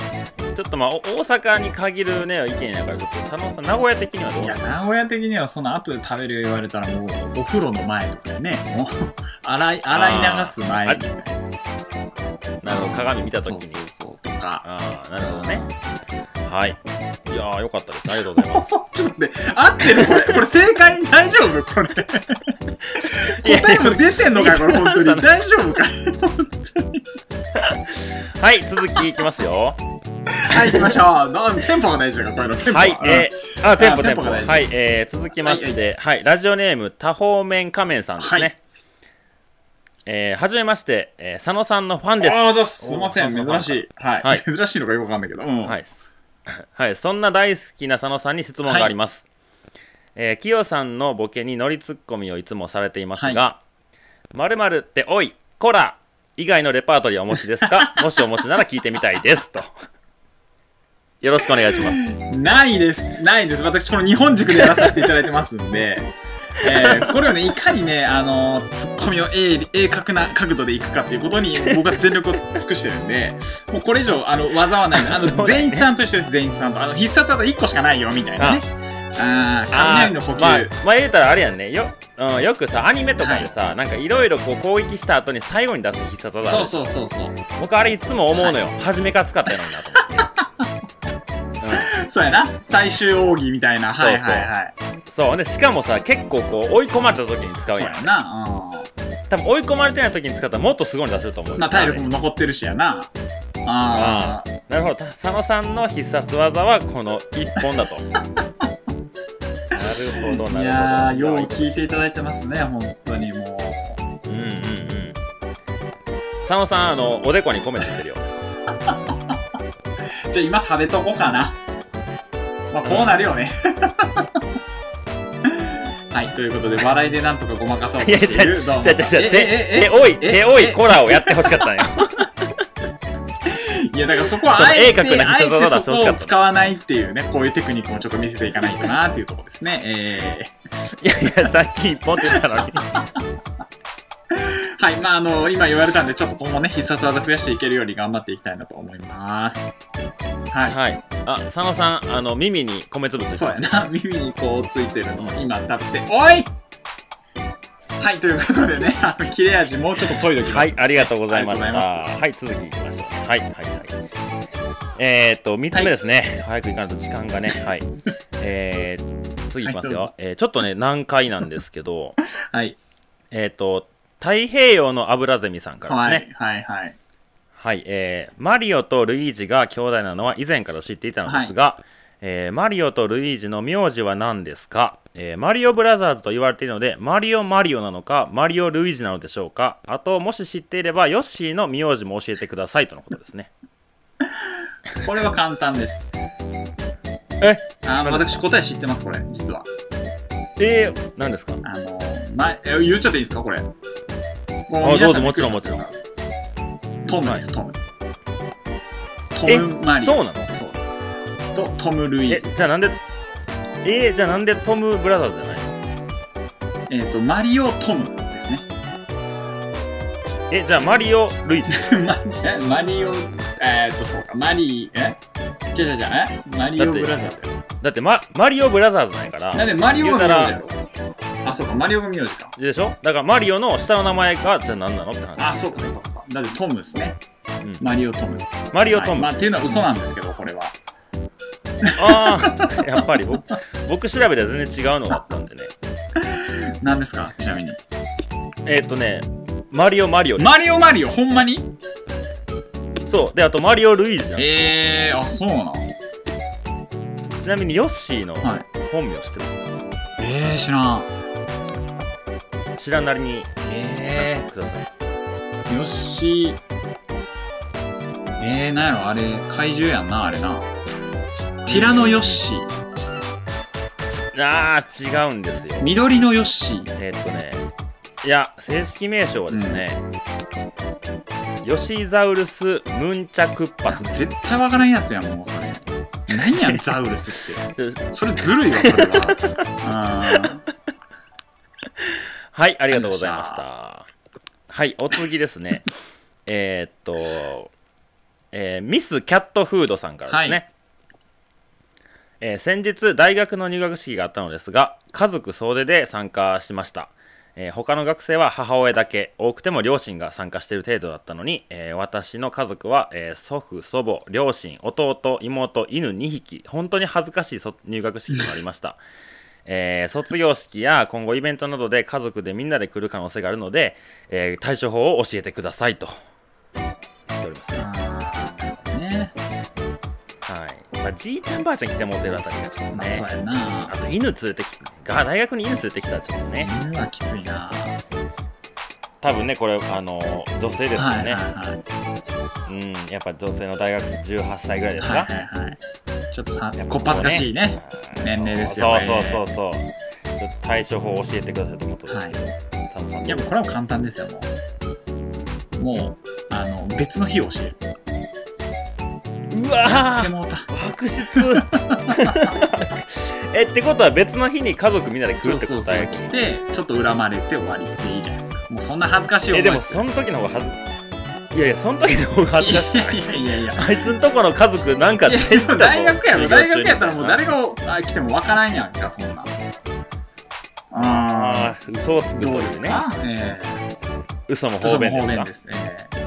ちょっとまあお大阪に限るね意見やからちょっと佐野さん名古屋的にはどう
い
な
や
の
名古屋的にはその後で食べるよ言われたらもうお風呂の前とかやねもう洗い洗い流す前に
なるほど鏡見た時に
そうそうそうとか
ああなるほどねはいいやーよかったですありがとうございます
ちょっと待って合ってるこれこれ正解大丈夫これ答えも出てんのかこれ本当に大丈夫か
はい続きいきますよ
はい、行きましょう。どうテンポが大事だから、こういうのテンポが。
はい、えー、あ、テンポ、
テ
テ
ン
ン
ポ
ポ。
が大事
はい、えー、続きまして、はい、ラジオネーム、多方面仮面さんです
は
ね。えー、はじめまして、えー、佐野さんのファン
うん
です。
ああ、ざっす。すいません、
おー
珍しい。はい。
はい
珍しいのかよくわかんないけど。うん。
はい。 すはい、そんな大好きな佐野さんに質問があります。えー、キヨさんのボケに乗りツッコミをいつもされていますが、まるまるっておい、こら以外のレパートリーはお持ちです かもしお持ちなら聞いてみたいです。と。よろしくお願いし ます。
ないです。ないです。私、この日本軸でやらさせていただいてますんで。えーこれをね、いかにね、あのーツッコミを鋭利鋭角な角度でいくかっていうことに、僕は全力を尽くしてるんで、もうこれ以上、あの、技はないの。あの、善一さんと一緒です、善一さんと。あの、必殺技1個しかないよ、みたいなね。ああ、雷の呼吸。
まあ、まあ言うたらあれやんねよ,、うん、よくさアニメとかでさ、なんかいろいろこう攻撃した後に最後に出す必殺技あ
そ
る
うそうそうそう。
僕あれいつも思うのよ、初めから使ったやろうなと思って、
そうやな。最終奥義みたいな。はいはいはい。
うん、そうでしかもさ結構こう追い込まれた時に使う
そ
や
う
ん
やな。うん
多分追い込まれてない時に使ったらもっとすごいの出せると思う
まあ、体力も残ってるしやな。ああ。
なるほどた佐野さんの必殺技はこの一本だとなるほど
い
なる
やー、
ほど
よう聞いていただいてますね、本当にも
うんうんうん佐野さんあのおでこにコメントしてるよ
う。じゃあ今食べとこかな。まあ、こうなるよ ね。はい、ということで、笑いでなんとかごまかそうと
いや、違う
している、どうもさ
違
ん。
う違う違う、手、
ええ
手おい、
え
手お
え
い、コラをやってほしかったんよ。
えいや、だからそこはあえて、
鋭角な
あえ
必殺技出し
て
て
そ
ほ
こ
しか
を
った
使わないっていうね、こういうテクニックもちょっと見せていかないかなっていうところですね。えー
いやいや、さっき一本って言ったのに。
はい、まああの、今言われたんで、ちょっと今後ね、必殺技増やしていけるように頑張っていきたいなと思います。はい。
はい。あ、佐野さん、あの、耳に米粒です
そうやな、 耳にこうついてるのを今立って、おいはい、ということでね、 あの、切れ味もうちょっと研いでおきま
は
す。
い、ありがとうございまし
あ
た。
りがとうございます
はい、続きいきましょう。はい、はい、はい。えーっと、3つ目ですね。早く行かないと時間がね。はい。えー、次いきます
はいどう
よ。えーちょっとね、難解なんですけど、
はい。
えーっと、太平洋のアブラゼミさんから
は
ですね。
い。はい。はい。
はい、えーマリオとルイージが兄弟なのは以前から知っていたのですが、えーマリオとルイージの名字は何ですか、えーマリオブラザーズと言われているのでマリオマリオなのかマリオルイージなのでしょうかあともし知っていればヨッシーの名字も教えてくださいとのことですね
これは簡単です。
え
あー、私答え知ってます、これ、実は。
えー、何ですか
あの、ま、え言っちゃっていいですか、これ。こ
あ
皆さ
どうぞもちろん
びっくりしますからトムです、トム。
え
トムマリオ。
そうなの
そう。と、トム・ルイー
え
ジ。
じゃあなんでえー、じゃあなんでトムブラザーズじゃないの
えっ、と、マリオ・トムですね。
えじゃあマリオルイージ
マえマリオ、えっ、と、そうか、マリー、えじゃじゃじゃ、えマリオ・ブラザーズだよ。
だって、ま、マリオブラザーズなんやから
なんで、マリオ
言う
が名
た
字だ
ら
ろ。あ、そうか、マリオが名字か。
でしょだからマリオの下の名前がじゃあ何なのって話
あ、そうか、そうか、そうか。だって、トムですね。
うん
マリオ・トム。
マリオトム、
はいまあ、っていうのは嘘なんですけど、これは。
ああ、 やっぱり僕僕調べたら全然違うのがあったんでね。
何ですか、ちなみに。
えーっとね、マリオマリオです
マリオ・マリオ、ほんまに
そう。で、あとマリオルイージなんで
えー、あ、そうなの
すちなみにヨッシーの
はい
本名知ってる、
えー、知らん。
知らんなりに
え
ください。
ー、よっしー。えー、なんやろ、あれ、怪獣やんな、あれな。ティラノ・ヨッシー。
あー、違うんですよ。
緑のヨッシー。
えーっとね、いや、正式名称はですね、ヨシザウルス・ムンチャクッパス。
絶対わからんやつやんもうそれ何やんザウルスって
ちょ
それずるいわそれは
はい、ありがとうございました。はい、お次です ね。えーっと、えーミス・キャットフードさんからですね。
は
えー先日、大学の入学式があったのですが、家族総出で参加しました。えー他の学生は母親だけ、多くても両親が参加している程度だったのに、えー私の家族は、えー祖父、祖母、両親、弟、妹、犬2匹、本当に恥ずかしいそ入学式となりました。えー卒業式や今後イベントなどで家族でみんなで来る可能性があるので、えー対処法を教えてくださいと。言っております
うん
ね
あーね
まあ、じいちゃんばあちゃん来てもってるあたりがちょっと
まあ
ね
そうやな
あと犬連れてきが大学に犬連れてきたらちょっとね
犬はきついな
多分ねこれあの女性ですよ
はいはい
ね、
はい
うんやっぱ女性の大学生18歳ぐらいですか、
はいはいはいちょっとさ
やっぱ
こっぱずかしいね
こう
年齢ですよね
そうそうそうそうちょっと対処法を教えてくださいと思ったんですけど、佐野さん
いやもうこれは簡単ですよもうもうあの別の日を教える
うわ
で
ー
もうた
白日 えってことは別の日に家族みんなで来
そ
る
う
って
そ
こ
う
と
そ
だ
う
よ
来てちょっと恨まれて終わりっていいじゃないですかもうそんな恥ずかしい思
え
い
でも
です
その時の方がはずいやいやその時の方が恥ずかしくない
いやいやいやいや
あいつんとこの家族なんか
いや
絶対
大学やろ
授業
大
中
学
に
やったらもう誰があ来てもわからんやんかそんなんあ
ああ嘘をつく
ー
と
どう
い
で
う
す
ね
か、ええ
嘘も方
嘘も
便です
方便
か
ですね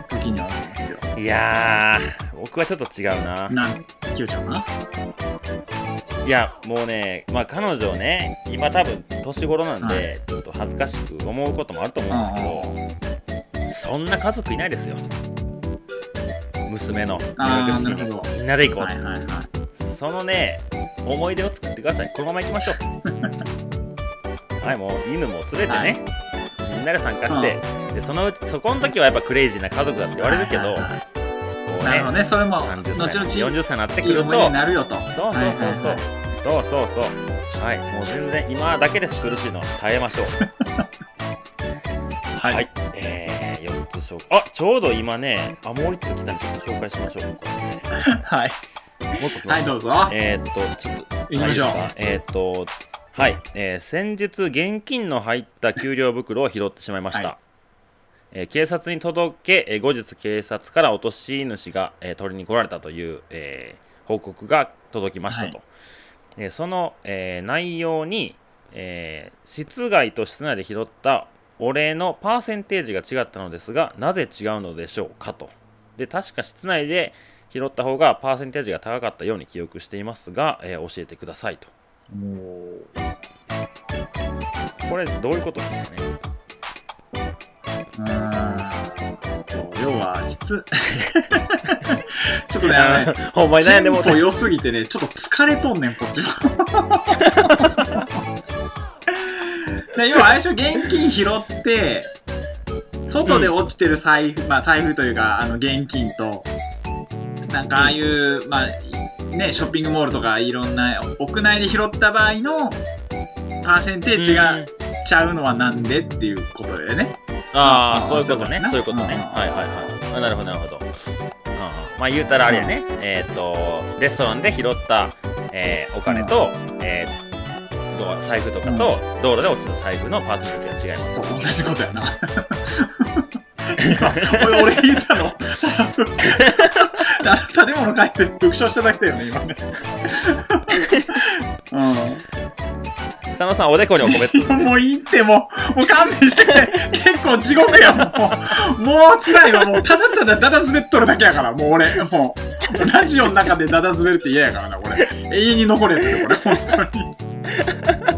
時には嘘も必
いやー僕はちょっと違うな
要なんきよちゃんはい
やもうねまあ彼女ね今多分年頃なんで、ちょっと恥ずかしく思うこともあると思うんですけど、そんな家族いないですよ娘の
あ
入
ー
学式
なるほど
にみんなで行こう、
はいはいはい
そのね思い出を作ってくださいこのまま行きましょ うはいもう犬も連れてね、
はい
みんなで参加して、でそのうちそこの時はやっぱクレイジーな家族だって言われるけど、
はいはいは
こ
い
う
なるほどねそれも後
30歳
々
40歳になってく
いい
る
思
と
い出になるよとそう
そうそうそうそう、そうそうそうはいもう全然今だけです苦しいのは耐えましょう
はい
はい、えー、4つ紹介あちょうど今ねあもう1つ来たんでちょっと紹介しましょうこれね
はい
もう1個来ま
はい
した、
どうぞ
えー、っとちょっと
行きましょう
あいいですかえー、っとはい、えー先日現金の入った給料袋を拾ってしまいました、
はい
えー警察に届け、えー後日警察から落とし主が、えー取りに来られたという、えー報告が届きましたと、えーその、えー内容に、えー室外と室内で拾ったお礼のパーセンテージが違ったのですがなぜ違うのでしょうかとで確か室内で拾った方がパーセンテージが高かったように記憶していますが、えー教えてくださいと
もう
これどういうことですかね
うーんと要は質 ちょっとねあのね
ほんまに
テ
悩んで
ン
もう
ポ
た
良すぎてねちょっと疲れとんねんこっちも ね要は最初現金拾って外で落ちてる財布、まあ財布というかあの現金となんかああいう、まあねショッピングモールとかいろんな屋内で拾った場合のパーセンテージ
う
が
ん
ちゃうのはなんでっていうことだよね、
ああ
あ
そういうことね
あ
そういうことね
あ
はいはいはいあなるほどなるほどああまあ言うたらあれやねえっ、とレストランで拾った、えーお金と、えーどう財布とかと、道路で落ちた財布のパーセンテージが違います
そう、同じことや な。今俺、俺言ったの建物書いて読書しただけだよね、今ね。
佐野さんおでこにお 米つ
うん、もういいってもう、もう勘弁してくれ結構地獄やもうもう辛いわもうただただダダ滑っとるだけやからもう俺もうラジオの中でダダ滑るって嫌やからな俺永遠に残るやつよこれ 本当に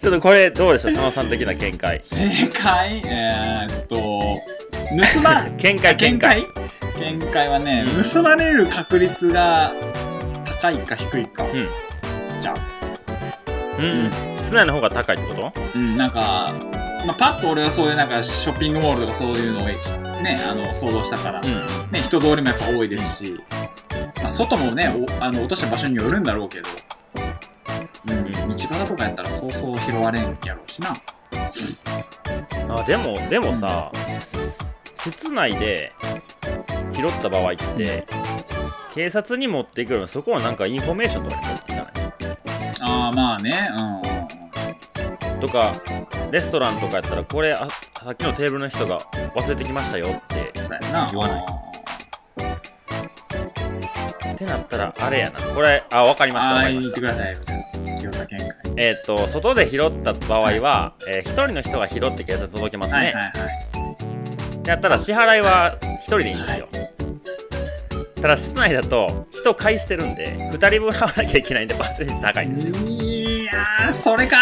ちょっとこれどうでしょう佐野さん的な見解
正解えー、っと盗ま
見解見解
見解見解はね、
うん
盗まれる確率が高いか低いか、じゃあ、
うん室内の方が高いってこと
うん、なんか、まあ、パッと俺はそういうなんかショッピングモールとかそういうのをねあの想像したから、
う
ね、人通りもやっぱ多いですし、まあ、外もねおあの落とした場所によるんだろうけど、うん、道端とかやったらそうそう拾われんやろうしな、
んあでもでもさ室内で拾った場合って警察に持っていくのにそこはなんかインフォメーションとかに持っていかない
ああまあねうん
とかレストランとかやったらこれあさっきのテーブルの人が忘れてきましたよって
そうやな
言わないってなったらあれやなこれあわかりましたわ
あ
か
あ
り
言
ま
っ
してた
くださいみたいな清田見解
えっ、と外で拾った場合は、えー一人の人が拾って警察に届けますね、
はいはいはい
やったら支払いは1人でいいんですよ、ただ室内だと人介してるんで2人分払わなきゃいけないんでパーセンテージ高いんです
いやー、そ れか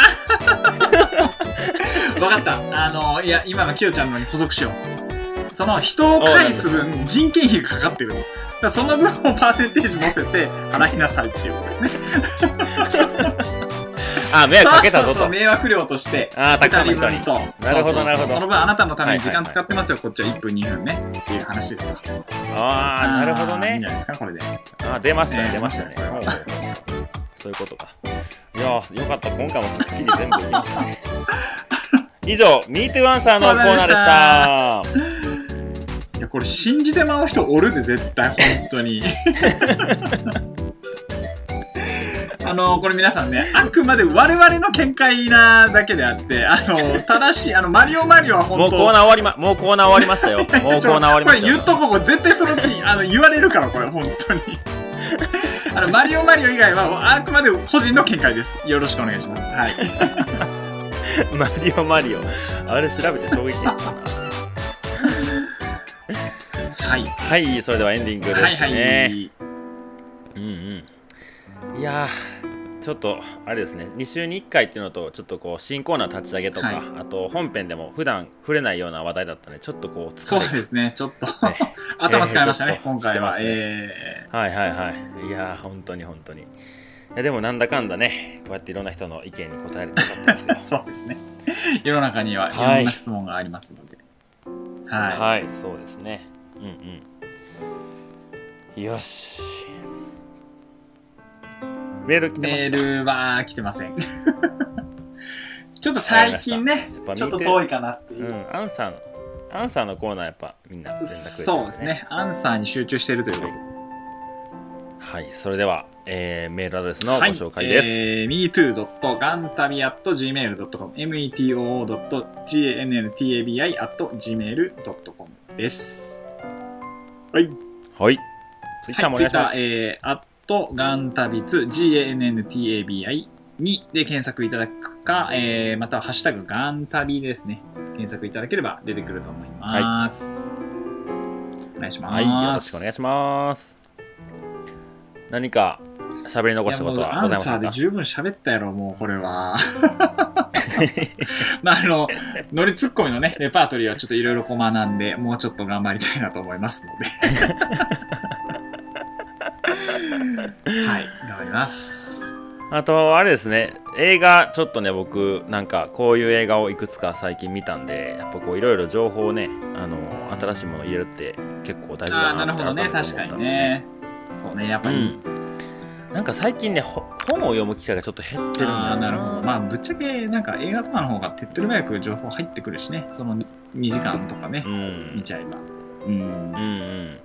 わかった。あの、いや、今のキヨちゃんのに補足しよう。その人を介す分人件費がかかってるとだからその分をパーセンテージ乗せて払いなさいっていうことですね
あ、迷惑かけたぞ
そうそうそ
と
う。迷惑料として
あーたくさんの人に
二分と
なるほど
そうそうそう
なるほど
その分あなたのために時間使ってますよ、こっちは1分2分ねっていう話ですよ
ああ、なるほど
あーいい
ね
んじゃ。ないですかこれで
あー出ましたね
ね、
出ましたね。
これは
はいそういうことか。いやー、よかった。今回もすっきり全部言いました ね。以上、Me Too Answer のコーナーでした。
いやこれ信じてまう人おるで絶対本 当にあのこれ皆さんねあくまで我々の見解なだけであってあの正しいあのマリオマリオは
も
本
う
当
コーナー終わりま、もうコーナー終わりま したよ。もうコーナー終わりました
これ
よ
言っ。とこうこれ絶対そのうちあの言われるからこれ本当に あのマリオマリオ以外はあくまで個人の見解ですよろしくお願いしますはい
マリオマリオ。あれ調べて衝撃的だったな。
はい
はい、それではエンディングですね。
はいはい
うんうん、いやーちょっとあれですね2週に1回っていうのとちょっとこう新コーナー立ち上げとか、
はい
あと本編でも普段触れないような話題だったのでちょっとこう疲
そう
れて
ですねちょっと
ね
頭使いました
え
ね
ーちょっ
今
と
回
来
は
てますね
え
はいはいはいいやー本当に本当にいやでもなんだかんだねこうやっていろんな人の意見に答えることってま
ー
すよ
そうですね世の中にはい
はい
ろんな質問がありますのではい、
はいそうですねうんうんよしメール来てます
メールは来てませ んちょっと最近ね
わかりました
ちょっと
やっぱ
遠
見
いかなっていうう、
んアンサーのアンサーのコーナーやっぱみんな連絡くれてます
そうですねアンサーに集中しているということで
はい、それでは、えーメールアドレスのご
はい
紹介です。
えー、metoo.gantabi.gmail.com metoo.gantabi.gmail.com です。はい。
はい。ツイッター
はい、
もお
ツ
願い
イッ
し
タ
ま
ー、
す。
えー、アットガンタビツ、GANNTABI にで検索いただくか、えー、またはハッシュタグガンタビですね。検索いただければ出てくると思います。お願いします。
はい、よろしくお願いします。何か喋り残したことはございま
いやもうアンサーで
すか
十分喋ったやろ、もうこれ は。まあ、あの、乗りツッコミのね、レパートリーはちょっといろいろこう学んで、もうちょっと頑張りたいなと思いますの で。はい、頑張ります。
あと、あれですね、映画、ちょっとね、僕、なんか、こういう映画をいくつか最近見たんで、やっぱこう、いろいろ情報をね、あの、新しいものを入れるって結構大事
あ
だ
あ、な
な
る
っ
ほ
て
どね、
改めて
確
思
か
った
に
んでね
ね。そうね、やっぱ
う
り。
ん。なんか最近ね、ほ本を読む機会がちょっと減ってるんだよ
ああ、なるほど。まあ、ぶっちゃけ、なんか映画とかの方が手っ取り早く情報入ってくるしね、その2時間とかね
う、ん
見ちゃえば。うん
う。んうん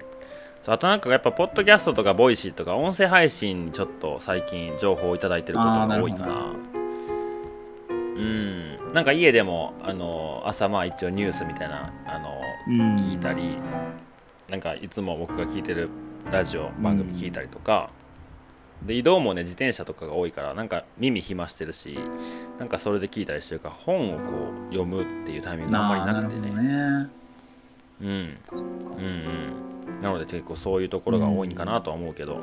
そうあとなんかやっぱポッドキャストとかボイシーとか音声配信にちょっと最近情報をいただいてること
あー
が
なるほ
多い
ど
かなうんなんか家でもあの朝まあ一応ニュースみたいなあの
うん
聞いたりなんかいつも僕が聞いてるラジオ番組聞いたりとか、で移動もね自転車とかが多いからなんか耳暇してるしなんかそれで聞いたりしてるから本をこう読むっていうタイミングがあんまりなくてね
あーなる
うん
ほどね。そっか
うんうん、なので結構そういうところが多いんかなとは思うけど、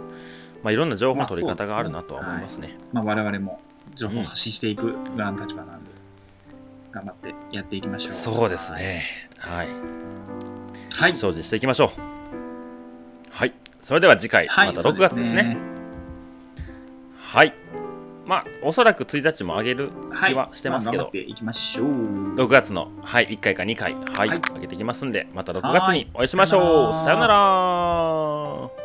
まあ、いろんな情報の取り方があるなとは思いますね。
まあ我々も情報を発信していく側の立場なんで、頑張ってやっていきましょう。
そうです。ね。はい、
はい。
精進していきましょう。はい、それでは次回、
はい
また6月ですね。。はい、まあおそらく1日も上げる
そう
気はしてますけ
まあ頑張
ど
っ、ていきましょう。
6月のはい1回か2回はい、
はい
上げていきますんで、また6月にお会いしまし
さよ
ょう。
なら
さよなら。